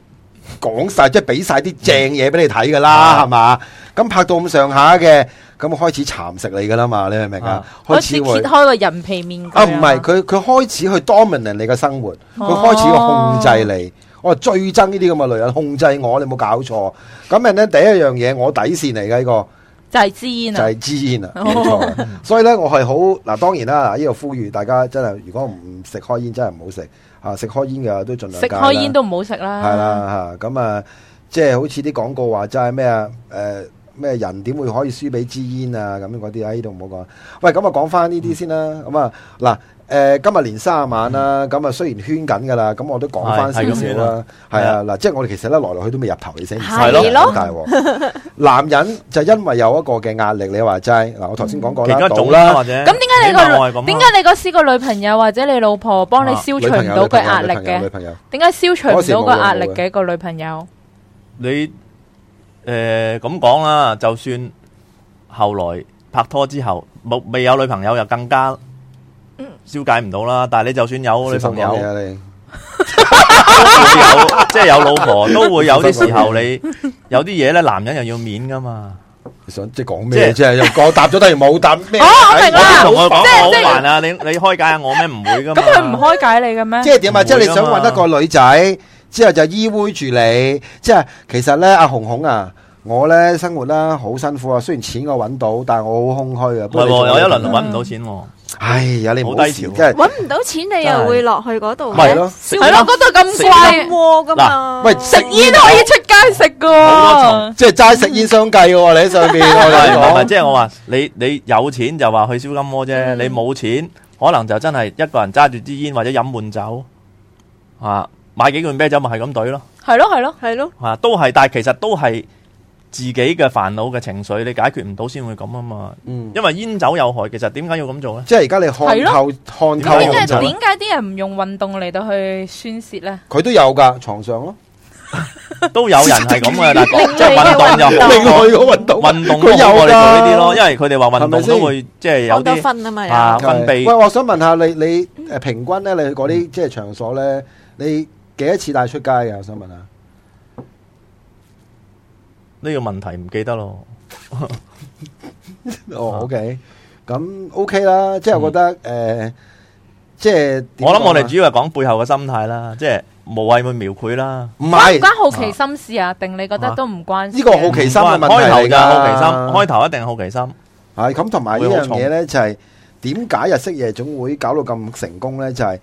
[SPEAKER 2] 講晒，即係俾晒啲正嘢俾你睇噶啦，
[SPEAKER 1] 啊
[SPEAKER 2] 係嘛？咁拍到咁上下嘅，咁開始蠶食你噶啦嘛？你明唔明啊
[SPEAKER 1] 啊？
[SPEAKER 3] 我
[SPEAKER 2] 開
[SPEAKER 3] 先
[SPEAKER 2] 始
[SPEAKER 3] 揭
[SPEAKER 2] 會。
[SPEAKER 3] 開個人皮面具
[SPEAKER 2] 啊，唔係，佢佢開始去 dominate 你嘅生活，
[SPEAKER 3] 哦
[SPEAKER 2] 佢開始去控制你。我最憎呢啲咁嘅女人控制我，你有冇搞錯？咁人咧第一樣嘢，我底線嚟嘅呢個
[SPEAKER 3] 就係支煙
[SPEAKER 2] 就
[SPEAKER 3] 啊。
[SPEAKER 2] 係支煙啊，
[SPEAKER 3] 哦
[SPEAKER 2] 冇 錯啊。所以咧，我係好嗱，當然啦，嗱呢度呼籲大家真係，如果唔食開煙，真係唔好食啊！食開煙嘅都盡量
[SPEAKER 3] 食
[SPEAKER 2] 戒啦
[SPEAKER 3] 開煙都唔好食啦。
[SPEAKER 2] 係啦嚇，咁啊，即係好似啲廣告話齋咩啊，誒咩人點會可以輸俾支煙啊咁樣嗰啲啊，呢度唔好講。喂，咁啊講翻呢啲先啦，咁啊嗱。誒、今日年卅晚啦，咁啊雖然圈緊噶啦，咁我都講翻少
[SPEAKER 1] 係係咁
[SPEAKER 2] 少
[SPEAKER 1] 樣
[SPEAKER 2] 啦
[SPEAKER 1] 啦，
[SPEAKER 2] 係啊嗱，即係我哋其實咧來來去都未入頭，你醒唔醒？
[SPEAKER 4] 係咯
[SPEAKER 2] 好大鑊。男人就因為有一個嘅壓力，你話齋嗱，我頭先講過
[SPEAKER 1] 其中
[SPEAKER 2] 啦，
[SPEAKER 1] 一
[SPEAKER 2] 賭
[SPEAKER 1] 種
[SPEAKER 2] 啦
[SPEAKER 1] 啦，，或者
[SPEAKER 3] 咁點啊解你個
[SPEAKER 1] 點
[SPEAKER 3] 點解你嗰時個女朋友或者你老婆幫你消除唔到佢壓力
[SPEAKER 2] 啊女朋友女
[SPEAKER 3] 嘅？
[SPEAKER 2] 朋友，
[SPEAKER 3] 點解消除唔到個壓力嘅個女朋友？
[SPEAKER 1] 你诶咁講啦，就算後來拍拖之後冇未有女朋友，又更加
[SPEAKER 4] 嗯
[SPEAKER 1] 消解唔到啦。但係你就算有女朋友，都
[SPEAKER 2] 小
[SPEAKER 1] 會
[SPEAKER 2] 心講嘢啊你。
[SPEAKER 1] 有 即係有老婆，都會有啲時候
[SPEAKER 2] 小
[SPEAKER 1] 你有啲嘢咧，男人又要面 噶嘛。
[SPEAKER 2] 你想即係講咩啫？又講答咗等於冇答咩？
[SPEAKER 3] 哦我明
[SPEAKER 1] 我
[SPEAKER 3] 啦
[SPEAKER 1] 都同佢講
[SPEAKER 3] 即係
[SPEAKER 1] 我好
[SPEAKER 3] 即係
[SPEAKER 1] 煩啊！你你開解下我咩？唔會噶
[SPEAKER 3] 咁啊
[SPEAKER 1] 嘛。
[SPEAKER 3] 佢唔開解你嘅咩？
[SPEAKER 2] 即係點啊？
[SPEAKER 1] 唔會㗎嘛
[SPEAKER 2] 即係你想揾一個女仔，之後就依偎住你。即係其實咧，阿紅紅啊，我咧生活啦好辛苦啊。雖然錢我揾到，但係我好空虛啊。
[SPEAKER 1] 唔係喎，有一輪
[SPEAKER 2] 啊，
[SPEAKER 1] 揾唔到錢喎。
[SPEAKER 2] 唉呀，你唔好
[SPEAKER 1] 好低
[SPEAKER 2] 事
[SPEAKER 1] 潮啊
[SPEAKER 2] 真係。
[SPEAKER 4] 搵唔到錢，你又會落去嗰
[SPEAKER 3] 啊
[SPEAKER 4] 度
[SPEAKER 2] 係咯
[SPEAKER 4] 係
[SPEAKER 3] 係咯，嗰度咁
[SPEAKER 1] 食
[SPEAKER 4] 咁
[SPEAKER 3] 貴，
[SPEAKER 4] 窩噶嘛？
[SPEAKER 2] 喂
[SPEAKER 3] 食煙都可以出街食噶
[SPEAKER 1] 好多
[SPEAKER 3] 喎。
[SPEAKER 2] 即係齋食煙相計喎，你喺上 邊
[SPEAKER 1] 哦唔係唔係，
[SPEAKER 2] 我
[SPEAKER 1] 即係我話 你你有錢就話去燒金窩
[SPEAKER 2] 嗯
[SPEAKER 1] 啫，你冇錢可能就真係一個人揸住支煙或者飲悶酒啊，買幾罐啤酒咪係咁懟咯
[SPEAKER 3] 係咯係咯，
[SPEAKER 4] 係咯，
[SPEAKER 1] 啊，都係，但係其實都係自己嘅煩惱嘅情緒，你解決唔到先會咁啊嘛。
[SPEAKER 2] 嗯，
[SPEAKER 1] 因為煙酒有害，其實點解要咁做咧？
[SPEAKER 2] 即係而家你看
[SPEAKER 3] 係咯
[SPEAKER 2] 透看透
[SPEAKER 1] 點
[SPEAKER 2] 紅
[SPEAKER 1] 解
[SPEAKER 3] 即係
[SPEAKER 2] 酒，
[SPEAKER 3] 點解啲人唔用運動嚟到去宣泄咧？
[SPEAKER 2] 佢都有㗎，床上咯，
[SPEAKER 1] 都有人係咁嘅，但 係講即係
[SPEAKER 3] 另
[SPEAKER 1] 運
[SPEAKER 3] 類嘅
[SPEAKER 1] 動又
[SPEAKER 3] 運動
[SPEAKER 1] 好過
[SPEAKER 2] 個運動
[SPEAKER 1] 哦運動
[SPEAKER 2] 佢
[SPEAKER 1] 都好過你做呢啲
[SPEAKER 2] 㗎
[SPEAKER 1] 咯，因為佢哋話運
[SPEAKER 2] 係咪
[SPEAKER 1] 動
[SPEAKER 2] 先
[SPEAKER 1] 都會即係有啲
[SPEAKER 4] 好多分啊嘛，
[SPEAKER 1] 啊
[SPEAKER 4] 有。
[SPEAKER 1] 分
[SPEAKER 2] 係
[SPEAKER 1] 泌
[SPEAKER 2] 喂，我想問下你，你誒平均咧，你去嗰啲即係場所咧，你幾多次帶出街啊嘅？我想問下，
[SPEAKER 1] 呢個問題唔記得咯。
[SPEAKER 2] 哦，OK，咁 OK 啦，即係我覺得誒，即係點
[SPEAKER 1] 我諗我
[SPEAKER 2] 講
[SPEAKER 1] 哋
[SPEAKER 2] 啊
[SPEAKER 1] 主要係講背後嘅心態啦，即係無謂去描繪啦。
[SPEAKER 2] 唔
[SPEAKER 3] 關唔
[SPEAKER 2] 係
[SPEAKER 3] 關好奇心事啊？定你覺得都唔關事
[SPEAKER 2] 呢個好奇心嘅問題
[SPEAKER 1] 開頭
[SPEAKER 2] 嚟
[SPEAKER 1] 就係好奇心，
[SPEAKER 2] 㗎，
[SPEAKER 1] 開頭一定係好奇心。
[SPEAKER 2] 係咁，同埋呢樣嘢咧就係點解日式夜總會搞到咁成功咧？就係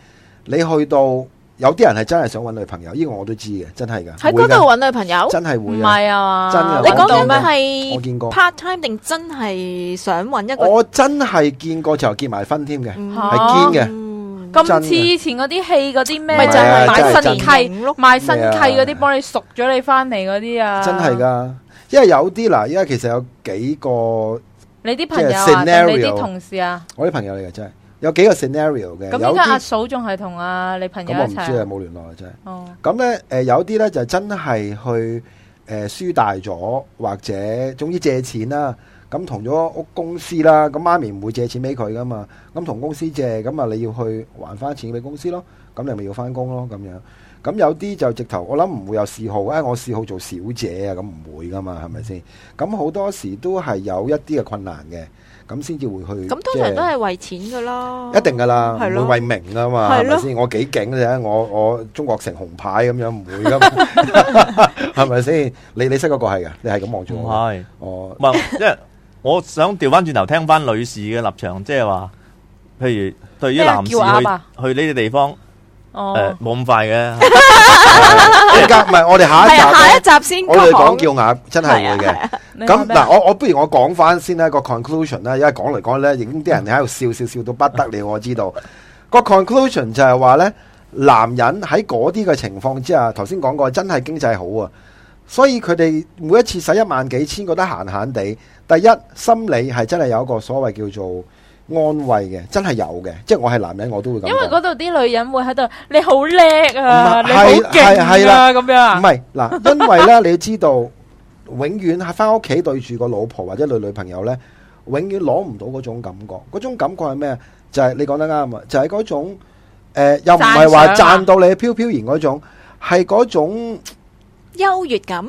[SPEAKER 2] 你去到有啲人係真係想揾女朋友，呢個我都知嘅，真係㗎，
[SPEAKER 4] 喺
[SPEAKER 2] 會
[SPEAKER 4] 嗰
[SPEAKER 2] 㗎
[SPEAKER 4] 度揾女朋友？
[SPEAKER 2] 真係
[SPEAKER 3] 唔
[SPEAKER 2] 會啊！
[SPEAKER 3] 係啊
[SPEAKER 2] 真嘅
[SPEAKER 3] 嘛？
[SPEAKER 4] 你講
[SPEAKER 2] 講
[SPEAKER 4] 緊
[SPEAKER 2] 到咩
[SPEAKER 4] 係
[SPEAKER 2] 我見過
[SPEAKER 4] part time 定真係想揾一個？
[SPEAKER 2] 我真係見過就結埋婚添嘅，
[SPEAKER 4] 嗯
[SPEAKER 3] 係
[SPEAKER 2] 堅嘅
[SPEAKER 4] 嗯
[SPEAKER 3] 咁似以前嗰啲戲嗰啲咩，
[SPEAKER 4] 咪就
[SPEAKER 2] 唔
[SPEAKER 4] 係
[SPEAKER 2] 係啊
[SPEAKER 3] 買
[SPEAKER 2] 真
[SPEAKER 3] 新
[SPEAKER 2] 係
[SPEAKER 3] 契
[SPEAKER 4] 真係
[SPEAKER 3] 賣新契嗰
[SPEAKER 2] 咩
[SPEAKER 3] 啲，
[SPEAKER 2] 啊
[SPEAKER 3] 幫你熟咗你翻嚟嗰啲啊，
[SPEAKER 2] 真係。㗎。因為有啲嗱，因為其實有幾個我
[SPEAKER 3] 你啲朋友
[SPEAKER 2] 即係
[SPEAKER 3] 啊，定
[SPEAKER 2] scenario
[SPEAKER 3] 你啲同事啊，
[SPEAKER 2] 啲朋友嚟嘅真係有幾個 scenario 嘅，
[SPEAKER 3] 咁
[SPEAKER 2] 有
[SPEAKER 3] 依家阿
[SPEAKER 2] 啲
[SPEAKER 3] 嫂仲係同啊你朋友
[SPEAKER 2] 咁我
[SPEAKER 3] 一
[SPEAKER 2] 唔知
[SPEAKER 3] 齊啊。
[SPEAKER 2] 啊，冇聯絡啊真係。
[SPEAKER 3] 哦，
[SPEAKER 2] 咁咧誒有啲咧就真係去誒輸大咗，或者總之借錢啦。咁同咗屋公司啦，咁媽咪唔會借錢俾佢噶嘛。咁同公司借，咁啊你要去還翻錢俾公司咯。咁你咪要翻工咯咁樣。咁有啲就直頭，我諗唔會有嗜好，誒、我嗜好做小姐啊，咁唔會噶嘛，係咪先？咁好多時都係有一啲嘅困難嘅，咁先至會去。
[SPEAKER 4] 咁通
[SPEAKER 2] 即係
[SPEAKER 4] 常都係為錢㗎啦，
[SPEAKER 2] 一定噶啦，
[SPEAKER 4] 哦係咯
[SPEAKER 2] 唔會為名啊嘛，係
[SPEAKER 4] 係咯
[SPEAKER 2] 咪先？我幾勁啫，我我中國成紅牌咁樣唔會噶嘛， 係咪先？你你識嗰個係噶，你係咁望住
[SPEAKER 1] 唔
[SPEAKER 2] 我，
[SPEAKER 1] 係，
[SPEAKER 2] 哦
[SPEAKER 1] 唔，係，因為我想調翻轉頭聽翻女士嘅立場，即係話，譬如對於
[SPEAKER 3] 咩啊
[SPEAKER 1] 男士去
[SPEAKER 3] 叫鴨啊
[SPEAKER 1] 去呢啲地方，誒
[SPEAKER 3] 哦，
[SPEAKER 1] 冇咁快 嘅，
[SPEAKER 2] 依家唔係我哋下
[SPEAKER 4] 係啊
[SPEAKER 2] 一集
[SPEAKER 4] 下一集先
[SPEAKER 2] 呢，我哋講
[SPEAKER 4] 講
[SPEAKER 2] 叫鴨，真係會
[SPEAKER 4] 係
[SPEAKER 2] 嘅
[SPEAKER 4] 啊。
[SPEAKER 3] 你
[SPEAKER 2] 咁
[SPEAKER 3] 講咩
[SPEAKER 2] 嗱，
[SPEAKER 3] 啊？
[SPEAKER 2] 我我不如我講翻先啦個 conclusion 啦，因為講嚟講去咧，已經啲人喺度笑笑笑到不得 了，我知道個 conclusion 就係話咧，男人喺嗰啲嘅情況之下，頭先講過真係經濟好啊，所以佢哋每一次使一萬幾千，覺得閒閒地。第一心理係真係有一個所謂叫做安慰嘅，真係有嘅，即係我係男人我都會咁講。
[SPEAKER 3] 因為嗰度啲女人會喺度，你好叻啊，
[SPEAKER 2] 唔係
[SPEAKER 3] 你好勁
[SPEAKER 2] 係係係啦
[SPEAKER 3] 啊，咁樣啊
[SPEAKER 2] 唔。係嗱，因為咧，你要知道，永遠喺翻屋企對住個老婆或者女女朋友咧，永遠攞唔到嗰種感覺。嗰種感覺係咩？就係、你講得啱啊！就係、嗰種、呃、又唔係話
[SPEAKER 3] 讚賞啊
[SPEAKER 2] 讚到你飄飄然嗰種，係嗰種
[SPEAKER 4] 優越感，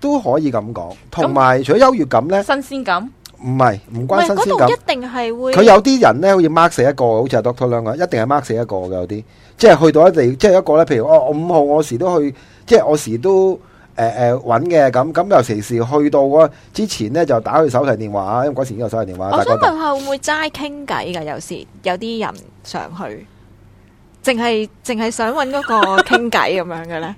[SPEAKER 2] 都可以咁講。同埋除咗優越感咧，
[SPEAKER 3] 新鮮感，
[SPEAKER 2] 唔係唔
[SPEAKER 4] 唔
[SPEAKER 2] 關
[SPEAKER 4] 係
[SPEAKER 2] 新
[SPEAKER 4] 嗰
[SPEAKER 2] 鮮
[SPEAKER 4] 度
[SPEAKER 2] 感。
[SPEAKER 4] 一定係會
[SPEAKER 2] 佢有啲人咧，好似 mark 死一個，好似係 Doctor 兩個，一定係 mark 死一個嘅有啲，即係去到一地，即係一個咧，譬如哦，我五號我時都去，即係我時都誒誒揾嘅咁，咁尤其是去到嗰之前咧就打佢手提電話，因為嗰時已經有手提電話，
[SPEAKER 4] 我
[SPEAKER 2] 大
[SPEAKER 4] 想
[SPEAKER 2] 家
[SPEAKER 4] 問下會唔會齋傾偈㗎？有時有啲人上去，淨係淨係想揾嗰個傾偈咁樣嘅咧，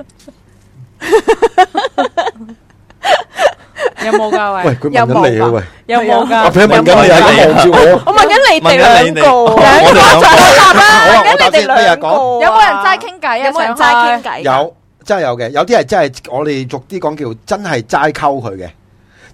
[SPEAKER 3] 有冇噶
[SPEAKER 2] 喂
[SPEAKER 3] 喂？
[SPEAKER 2] 佢
[SPEAKER 4] 有
[SPEAKER 2] 問緊你啊
[SPEAKER 4] 冇㗎
[SPEAKER 2] 喂，
[SPEAKER 3] 有冇噶？
[SPEAKER 2] 阿 Pan 問緊你
[SPEAKER 1] 有
[SPEAKER 2] 啊
[SPEAKER 1] 冇
[SPEAKER 2] 係咁望住我，
[SPEAKER 4] 我問緊你
[SPEAKER 1] 問
[SPEAKER 4] 哋
[SPEAKER 1] 緊你哋
[SPEAKER 4] 兩個，
[SPEAKER 1] 兩個
[SPEAKER 4] 兩個
[SPEAKER 1] 我
[SPEAKER 4] 再答啦，
[SPEAKER 2] 好啦我
[SPEAKER 4] 問
[SPEAKER 2] 答
[SPEAKER 4] 緊你
[SPEAKER 2] 先咩
[SPEAKER 4] 哋
[SPEAKER 2] 啊
[SPEAKER 4] 兩個啊，
[SPEAKER 2] 講
[SPEAKER 3] 有冇人齋傾偈啊？
[SPEAKER 4] 有冇人
[SPEAKER 3] 上去
[SPEAKER 4] 齋傾？偈？
[SPEAKER 2] 有真係有嘅，有啲係真係我哋俗啲講叫真係齋溝佢嘅，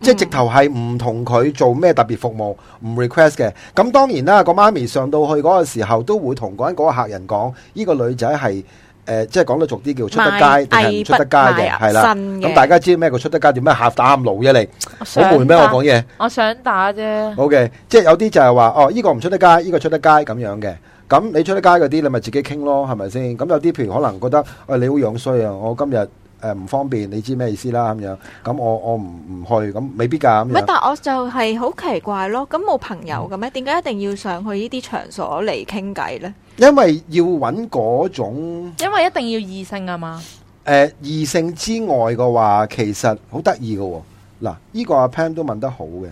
[SPEAKER 2] 即係直頭係唔同佢做咩特別服務，唔 request 嘅。咁當然啦，個媽咪上到去嗰個時候，都會同嗰間嗰個客人講，呢、個女仔係誒，即係講得俗啲叫出得街定係唔出得街嘅，係
[SPEAKER 4] 啊
[SPEAKER 2] 啦。咁大家知咩叫出得街？點咩喊打喊路啫？你
[SPEAKER 3] 我
[SPEAKER 2] 好
[SPEAKER 3] 想
[SPEAKER 2] 悶咩？我
[SPEAKER 3] 打
[SPEAKER 2] 講嘢。
[SPEAKER 3] 我想打啫。
[SPEAKER 2] OK，即係有啲就係話哦，依、個唔出得街，依、個出得街咁樣嘅。咁你出得街嗰啲，你咪自己傾咯，係咪先？咁有啲譬如可能覺得，喂、你好樣衰啊，我今日誒唔方便，你知咩意思啦咁樣。咁我我唔唔去，咁未必㗎咁
[SPEAKER 4] 唔係，
[SPEAKER 2] 樣。
[SPEAKER 4] 但我就係好奇怪咯，咁冇朋友嘅咩？點解一定要上去呢啲場所嚟傾偈咧？
[SPEAKER 2] 因為要揾嗰種
[SPEAKER 3] 因為一定要異性啊嘛，
[SPEAKER 2] 誒異呃性之外嘅話，其實好得意嘅喎。嗱，呢個阿 Pan 都問得好嘅，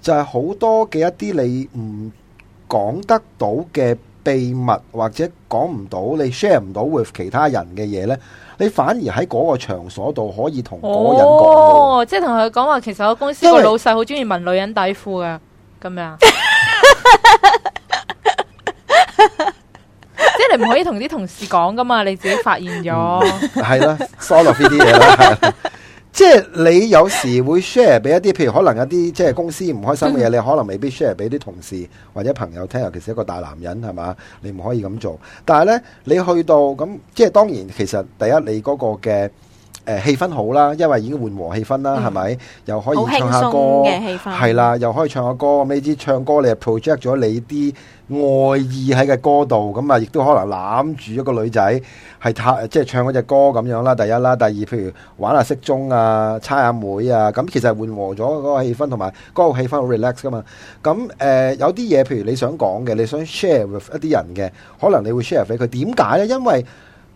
[SPEAKER 2] 就係、好多嘅一啲你唔講得到嘅秘密，或者講唔到你 share 唔到 with 其他人嘅嘢呢，你反而喺嗰個場所度可以同嗰個人講嘅喎。
[SPEAKER 3] 哦，即係同佢講話，其實我公司
[SPEAKER 2] 因為
[SPEAKER 3] 個老細好中意聞女人底褲噶，咁 樣。即係你唔可以同啲同事講噶嘛，你自己發現咗。
[SPEAKER 2] 係啦，sort of 呢啲嘢啦，係啦即係你有時會 share 俾一啲，譬如可能有啲即係公司唔開心嘅
[SPEAKER 4] 嗯
[SPEAKER 2] 嘢，你可能未必 share 俾啲同事或者朋友聽，尤其是一個大男人係嘛，你唔可以咁做。但係呢，你去到咁，即係當然其實第一你嗰個嘅誒、呃、氣氛好啦，因為已經緩和氣氛啦，係咪、又可以
[SPEAKER 4] 嗯好輕
[SPEAKER 2] 唱下
[SPEAKER 4] 鬆
[SPEAKER 2] 歌。
[SPEAKER 4] 嘅氣氛，
[SPEAKER 2] 係啦，又可以唱下歌，咁你知唱歌你係 project 咗你啲愛意喺嘅歌度，咁啊亦都可能攬住一個女仔係太即係唱嗰只歌咁樣啦，第一啦，第二譬如玩下骰盅啊、猜下妹啊，咁其實緩和咗嗰個氣氛，同埋嗰個氣氛好 relax 噶嘛。咁誒、呃有啲嘢譬如你想講嘅，你想 share with 一啲人嘅，可能你會 share 俾佢。點解呢？因為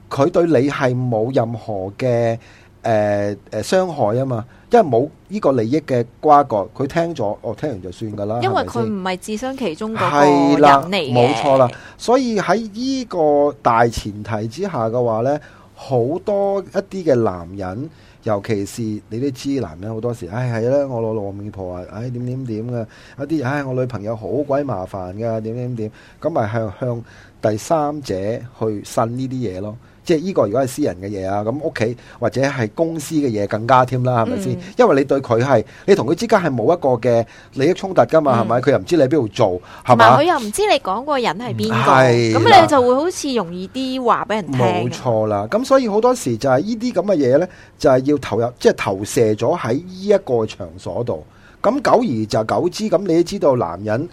[SPEAKER 2] 佢對你係冇任何嘅誒誒傷害啊嘛，因為冇呢個利益嘅瓜葛，佢聽咗，哦聽完就算噶啦，
[SPEAKER 4] 因為
[SPEAKER 2] 為
[SPEAKER 4] 佢唔係置身其中嗰
[SPEAKER 2] 係
[SPEAKER 4] 個
[SPEAKER 2] 啦，
[SPEAKER 4] 人嚟嘅
[SPEAKER 2] 冇錯啦。。所以喺呢個大前提之下嘅話呢，好多一啲嘅男人，尤其是你都知男人好多時，唉係啦，我老老面婆啊，唉點點點嘅，有啲唉我女朋友好鬼麻煩㗎，點點點，咁咪向向第三者去呻呢啲嘢咯。即係呢個如果係私人嘅嘢啊，咁屋企或者係公司嘅嘢更加添啦，係咪先
[SPEAKER 4] 嗯？
[SPEAKER 2] 因為你對佢係你同佢之間係冇一個嘅利益衝突㗎嘛，係咪？佢又唔知你喺邊度做，係
[SPEAKER 4] 同埋
[SPEAKER 2] 嘛嗯
[SPEAKER 4] 佢？又唔知你講嗰個人係邊
[SPEAKER 2] 係
[SPEAKER 4] 個，
[SPEAKER 2] 啦
[SPEAKER 4] 咁你就會好似容易啲話俾人聽。啊
[SPEAKER 2] 冇錯啦，咁所以好多時就係呢啲咁嘅嘢呢，就係、要投入，即、係、投射咗喺呢一個場所度。咁久而就久之，咁你都知道男人誒、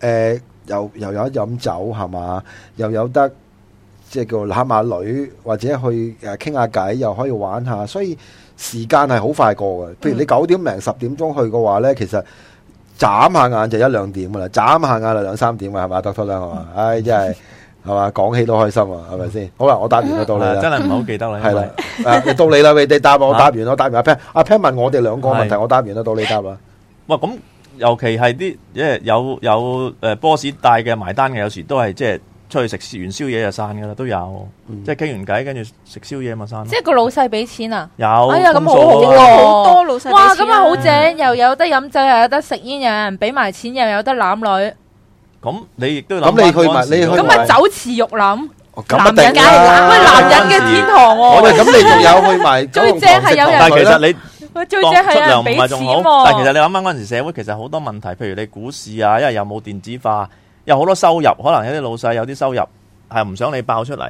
[SPEAKER 2] 呃又又有得飲酒係嘛，又有得即係叫攬下女，或者去誒傾下偈，又可以玩下，所以時間係好快過嘅。譬如你九點零十點鐘去嘅話呢，其實。眨下眼就一兩點噶啦，眨下眼就兩三點啊，係嘛，得得啦，係嘛，唉，真係係嘛，講起都開心啊，係咪先？好啦，我答完啦，到你
[SPEAKER 1] 啊
[SPEAKER 2] 啦
[SPEAKER 1] 真，係唔係好記得啦，
[SPEAKER 2] 係
[SPEAKER 1] 因
[SPEAKER 2] 啦
[SPEAKER 1] 為，
[SPEAKER 2] 啊，你到你啦，你你答我，我
[SPEAKER 1] 啊
[SPEAKER 2] 答完，我答完阿 Pan，阿 Pan 問我哋兩個問題，
[SPEAKER 1] 係
[SPEAKER 2] 我答完啦，到你答啦，
[SPEAKER 1] 哇，咁尤其係啲即係有有誒 boss 帶嘅埋單嘅，有時都係即係出去食完宵夜就散噶啦，都有，
[SPEAKER 2] 嗯
[SPEAKER 1] 即係傾完偈跟住食宵夜咪散咯。
[SPEAKER 3] 即係個老細俾錢啊！
[SPEAKER 1] 有，
[SPEAKER 3] 哎呀，咁
[SPEAKER 1] 通
[SPEAKER 3] 好
[SPEAKER 1] 數
[SPEAKER 3] 好
[SPEAKER 1] 啊
[SPEAKER 3] 喎，
[SPEAKER 4] 好多老細俾錢啊
[SPEAKER 3] 哇，咁啊好正，又有得飲酒，又有得食煙，又有人俾埋錢，又有得攬女，
[SPEAKER 1] 咁你亦都
[SPEAKER 2] 咁
[SPEAKER 1] 諗返
[SPEAKER 2] 你去
[SPEAKER 1] 嗰
[SPEAKER 2] 埋
[SPEAKER 1] 陣時
[SPEAKER 2] 你去
[SPEAKER 3] 咁
[SPEAKER 2] 埋
[SPEAKER 3] 啊酒池肉林，
[SPEAKER 2] 哦咁
[SPEAKER 3] 男
[SPEAKER 2] 一
[SPEAKER 3] 人
[SPEAKER 2] 定
[SPEAKER 3] 梗
[SPEAKER 2] 啦
[SPEAKER 3] 係男，喂男人嘅天堂
[SPEAKER 2] 喂，
[SPEAKER 3] 喎，
[SPEAKER 2] 咁你仲 有去埋九
[SPEAKER 3] 最
[SPEAKER 2] 龍塘
[SPEAKER 3] 正係
[SPEAKER 2] 食
[SPEAKER 3] 有人
[SPEAKER 1] 但係
[SPEAKER 2] 糖水
[SPEAKER 1] 其
[SPEAKER 2] 啦
[SPEAKER 1] 實你
[SPEAKER 3] 喂最正
[SPEAKER 1] 當
[SPEAKER 3] 係
[SPEAKER 1] 出
[SPEAKER 3] 有人
[SPEAKER 1] 糧
[SPEAKER 3] 俾
[SPEAKER 1] 唔
[SPEAKER 3] 錢
[SPEAKER 1] 係仲好，但係其實
[SPEAKER 3] 喎，
[SPEAKER 1] 你諗翻嗰陣時社會其實好多問題，譬如你股市啊，因為又冇電子化，有好多收入，可能有啲老細有啲收入係唔想你爆出嚟，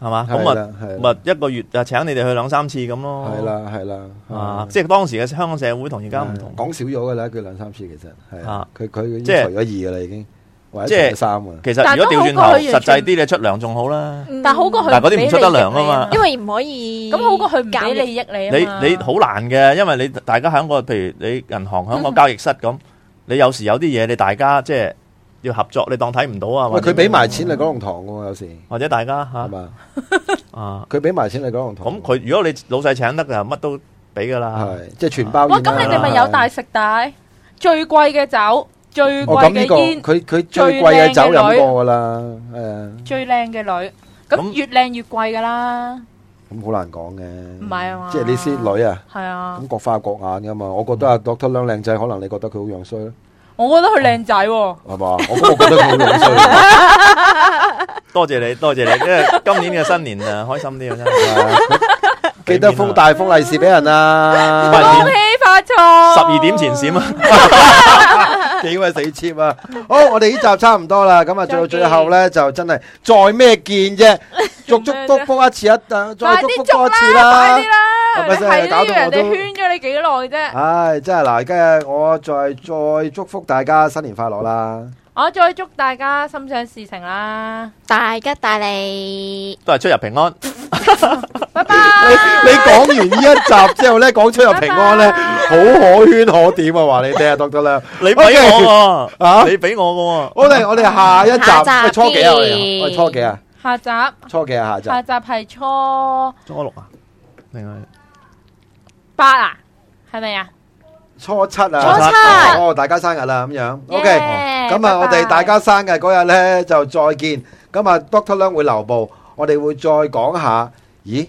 [SPEAKER 1] 係嘛？咁
[SPEAKER 2] 係
[SPEAKER 1] 啊
[SPEAKER 2] 啦，係啦
[SPEAKER 1] 咪一個月就請你哋去兩三次咁咯。
[SPEAKER 2] 係啦，係啦，
[SPEAKER 1] 哦啊，即係當時嘅香港社會同而家唔同。
[SPEAKER 2] 講少咗噶啦，佢兩三次其實係啊
[SPEAKER 1] 啊，
[SPEAKER 2] 佢佢已經
[SPEAKER 1] 即係
[SPEAKER 2] 除咗二噶啦，已經或者
[SPEAKER 1] 即係
[SPEAKER 2] 除咗三噶。
[SPEAKER 1] 其
[SPEAKER 3] 但
[SPEAKER 1] 實
[SPEAKER 3] 都
[SPEAKER 1] 如果調轉頭
[SPEAKER 3] 好過佢完全
[SPEAKER 1] 實際啲，你出糧仲好啦。
[SPEAKER 4] 嗯
[SPEAKER 3] 但好過
[SPEAKER 1] 但
[SPEAKER 3] 佢
[SPEAKER 1] 係嗰啲唔出得糧啊嘛
[SPEAKER 4] 因為唔可以
[SPEAKER 3] 咁好過佢唔俾
[SPEAKER 4] 交易
[SPEAKER 3] 利益你
[SPEAKER 1] 你
[SPEAKER 3] 啊嘛
[SPEAKER 1] 你好難嘅，因為你大家喺個譬如你銀行喺個交易室咁，你有時有啲嘢你大家即係要合作，你當睇唔到啊。
[SPEAKER 2] 喂，
[SPEAKER 1] 或者
[SPEAKER 2] 佢俾埋錢你九龍塘嘅喎，有時
[SPEAKER 1] 或者大家
[SPEAKER 2] 係
[SPEAKER 1] 嚇
[SPEAKER 2] 嘛？
[SPEAKER 1] 啊，
[SPEAKER 2] 佢俾埋錢你九龍塘，
[SPEAKER 1] 咁佢啊如果你老細請得嘅，乜都俾噶啦。
[SPEAKER 2] 係即係全包煙啊哦
[SPEAKER 3] 哇，
[SPEAKER 2] 啦。
[SPEAKER 3] 咁你哋咪有大食大，最貴嘅酒，最
[SPEAKER 2] 哦，咁
[SPEAKER 3] 貴
[SPEAKER 2] 呢
[SPEAKER 3] 嘅煙，
[SPEAKER 2] 個佢佢最貴嘅酒飲過㗎啦，係啊，
[SPEAKER 3] 最靚嘅女，咁
[SPEAKER 1] 咁
[SPEAKER 3] 越靚越貴噶啦，
[SPEAKER 2] 咁好難講嘅。
[SPEAKER 3] 唔係啊嘛
[SPEAKER 2] 即係你啲女啊，
[SPEAKER 3] 係啊
[SPEAKER 2] 咁，各花各眼㗎嘛。我覺得阿 Doctor 梁靚仔，可能你覺得佢好樣衰啦，
[SPEAKER 3] 我覺得佢靚仔喎。
[SPEAKER 2] 係嘛？我咁我覺得佢好樣衰，
[SPEAKER 1] 多謝你，多謝 你，因為今年嘅新年啊，開心啲啊真係。
[SPEAKER 2] 係啊 記得封大封利是俾人 啊！
[SPEAKER 1] 喂
[SPEAKER 3] 恭喜發財！
[SPEAKER 1] 十二點前閃啊！
[SPEAKER 2] 幾位死切 啊！好，我哋呢集差唔多啦，咁
[SPEAKER 3] 再
[SPEAKER 2] 啊，
[SPEAKER 3] 見
[SPEAKER 2] 到到最後咧就真係再咩見啫， 祝祝祝福一次一，呃再
[SPEAKER 3] 快
[SPEAKER 2] 祝福
[SPEAKER 3] 啲捉
[SPEAKER 2] 多一次
[SPEAKER 3] 啦！快
[SPEAKER 2] 啦
[SPEAKER 3] 啲。啦！
[SPEAKER 2] 係咪先
[SPEAKER 3] 係
[SPEAKER 2] 搞到
[SPEAKER 3] 人
[SPEAKER 2] 我都
[SPEAKER 3] 哋圈咗你幾耐啫？
[SPEAKER 2] 唉，真係嗱，今日我再再祝福大家新年快樂啦！
[SPEAKER 3] 我再祝大家心想事成啦！
[SPEAKER 4] 大吉大利。
[SPEAKER 1] 都係出入平安。
[SPEAKER 3] 拜 拜。
[SPEAKER 2] 你你講完呢一集之後咧，講出入平安咧，
[SPEAKER 3] 拜
[SPEAKER 2] 好可圈可點啊！話你聽啊，Doctor 啦，
[SPEAKER 1] 你俾我喎，
[SPEAKER 2] 啊
[SPEAKER 1] 你俾我嘅喎。
[SPEAKER 2] 我哋我哋下一集
[SPEAKER 4] 下
[SPEAKER 2] 喂
[SPEAKER 4] 集
[SPEAKER 2] 初幾啊？
[SPEAKER 4] 見
[SPEAKER 2] 我哋我哋初幾啊？
[SPEAKER 3] 下集
[SPEAKER 2] 初幾啊？下
[SPEAKER 3] 下
[SPEAKER 2] 集
[SPEAKER 3] 集係初
[SPEAKER 1] 中六啊，另外
[SPEAKER 3] 八啊，係咪啊？
[SPEAKER 2] 初七
[SPEAKER 4] 初
[SPEAKER 2] 啊？
[SPEAKER 4] 七，
[SPEAKER 2] 哦，大家生日啦咁樣，OK，
[SPEAKER 3] Yeah，
[SPEAKER 2] 咁啊，我
[SPEAKER 3] 拜
[SPEAKER 2] 哋
[SPEAKER 3] 拜
[SPEAKER 2] 大家生日嗰日咧就再見。咁啊，Doctor 梁會留步，我哋會再講下。咦，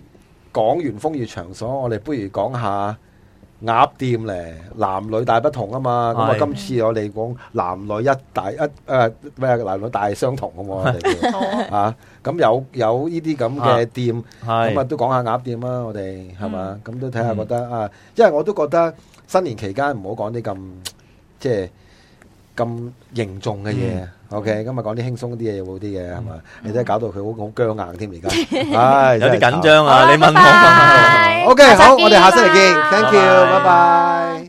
[SPEAKER 2] 講完風月場所，我哋不如講下鴨店咧，男女大不同啊嘛。咁啊，
[SPEAKER 1] 係
[SPEAKER 2] 今次我哋講男女一大一誒咩啊男女大相同啊嘛，我 哋叫啊。咁有有呢啲咁嘅
[SPEAKER 1] 啊
[SPEAKER 2] 店。咁啊
[SPEAKER 1] 係
[SPEAKER 2] 都講下鴨店啦，我哋係嘛？
[SPEAKER 1] 嗯
[SPEAKER 2] 咁都睇下覺得啊，因為我都覺得新年期間唔好講啲咁即係咁凝重嘅
[SPEAKER 1] 嗯
[SPEAKER 2] 嘢。OK，今日講啲輕鬆啲嘢好啲嘅係嘛？你真係搞到佢好好僵硬添 而家，唉，
[SPEAKER 1] 有啲緊
[SPEAKER 2] 真係
[SPEAKER 1] 張啊！你問我，
[SPEAKER 3] 拜拜
[SPEAKER 2] 慘。OK，
[SPEAKER 3] 下集
[SPEAKER 2] 好，我哋下星期見
[SPEAKER 3] 見啦
[SPEAKER 2] ，thank you，
[SPEAKER 1] 拜拜
[SPEAKER 2] 拜拜。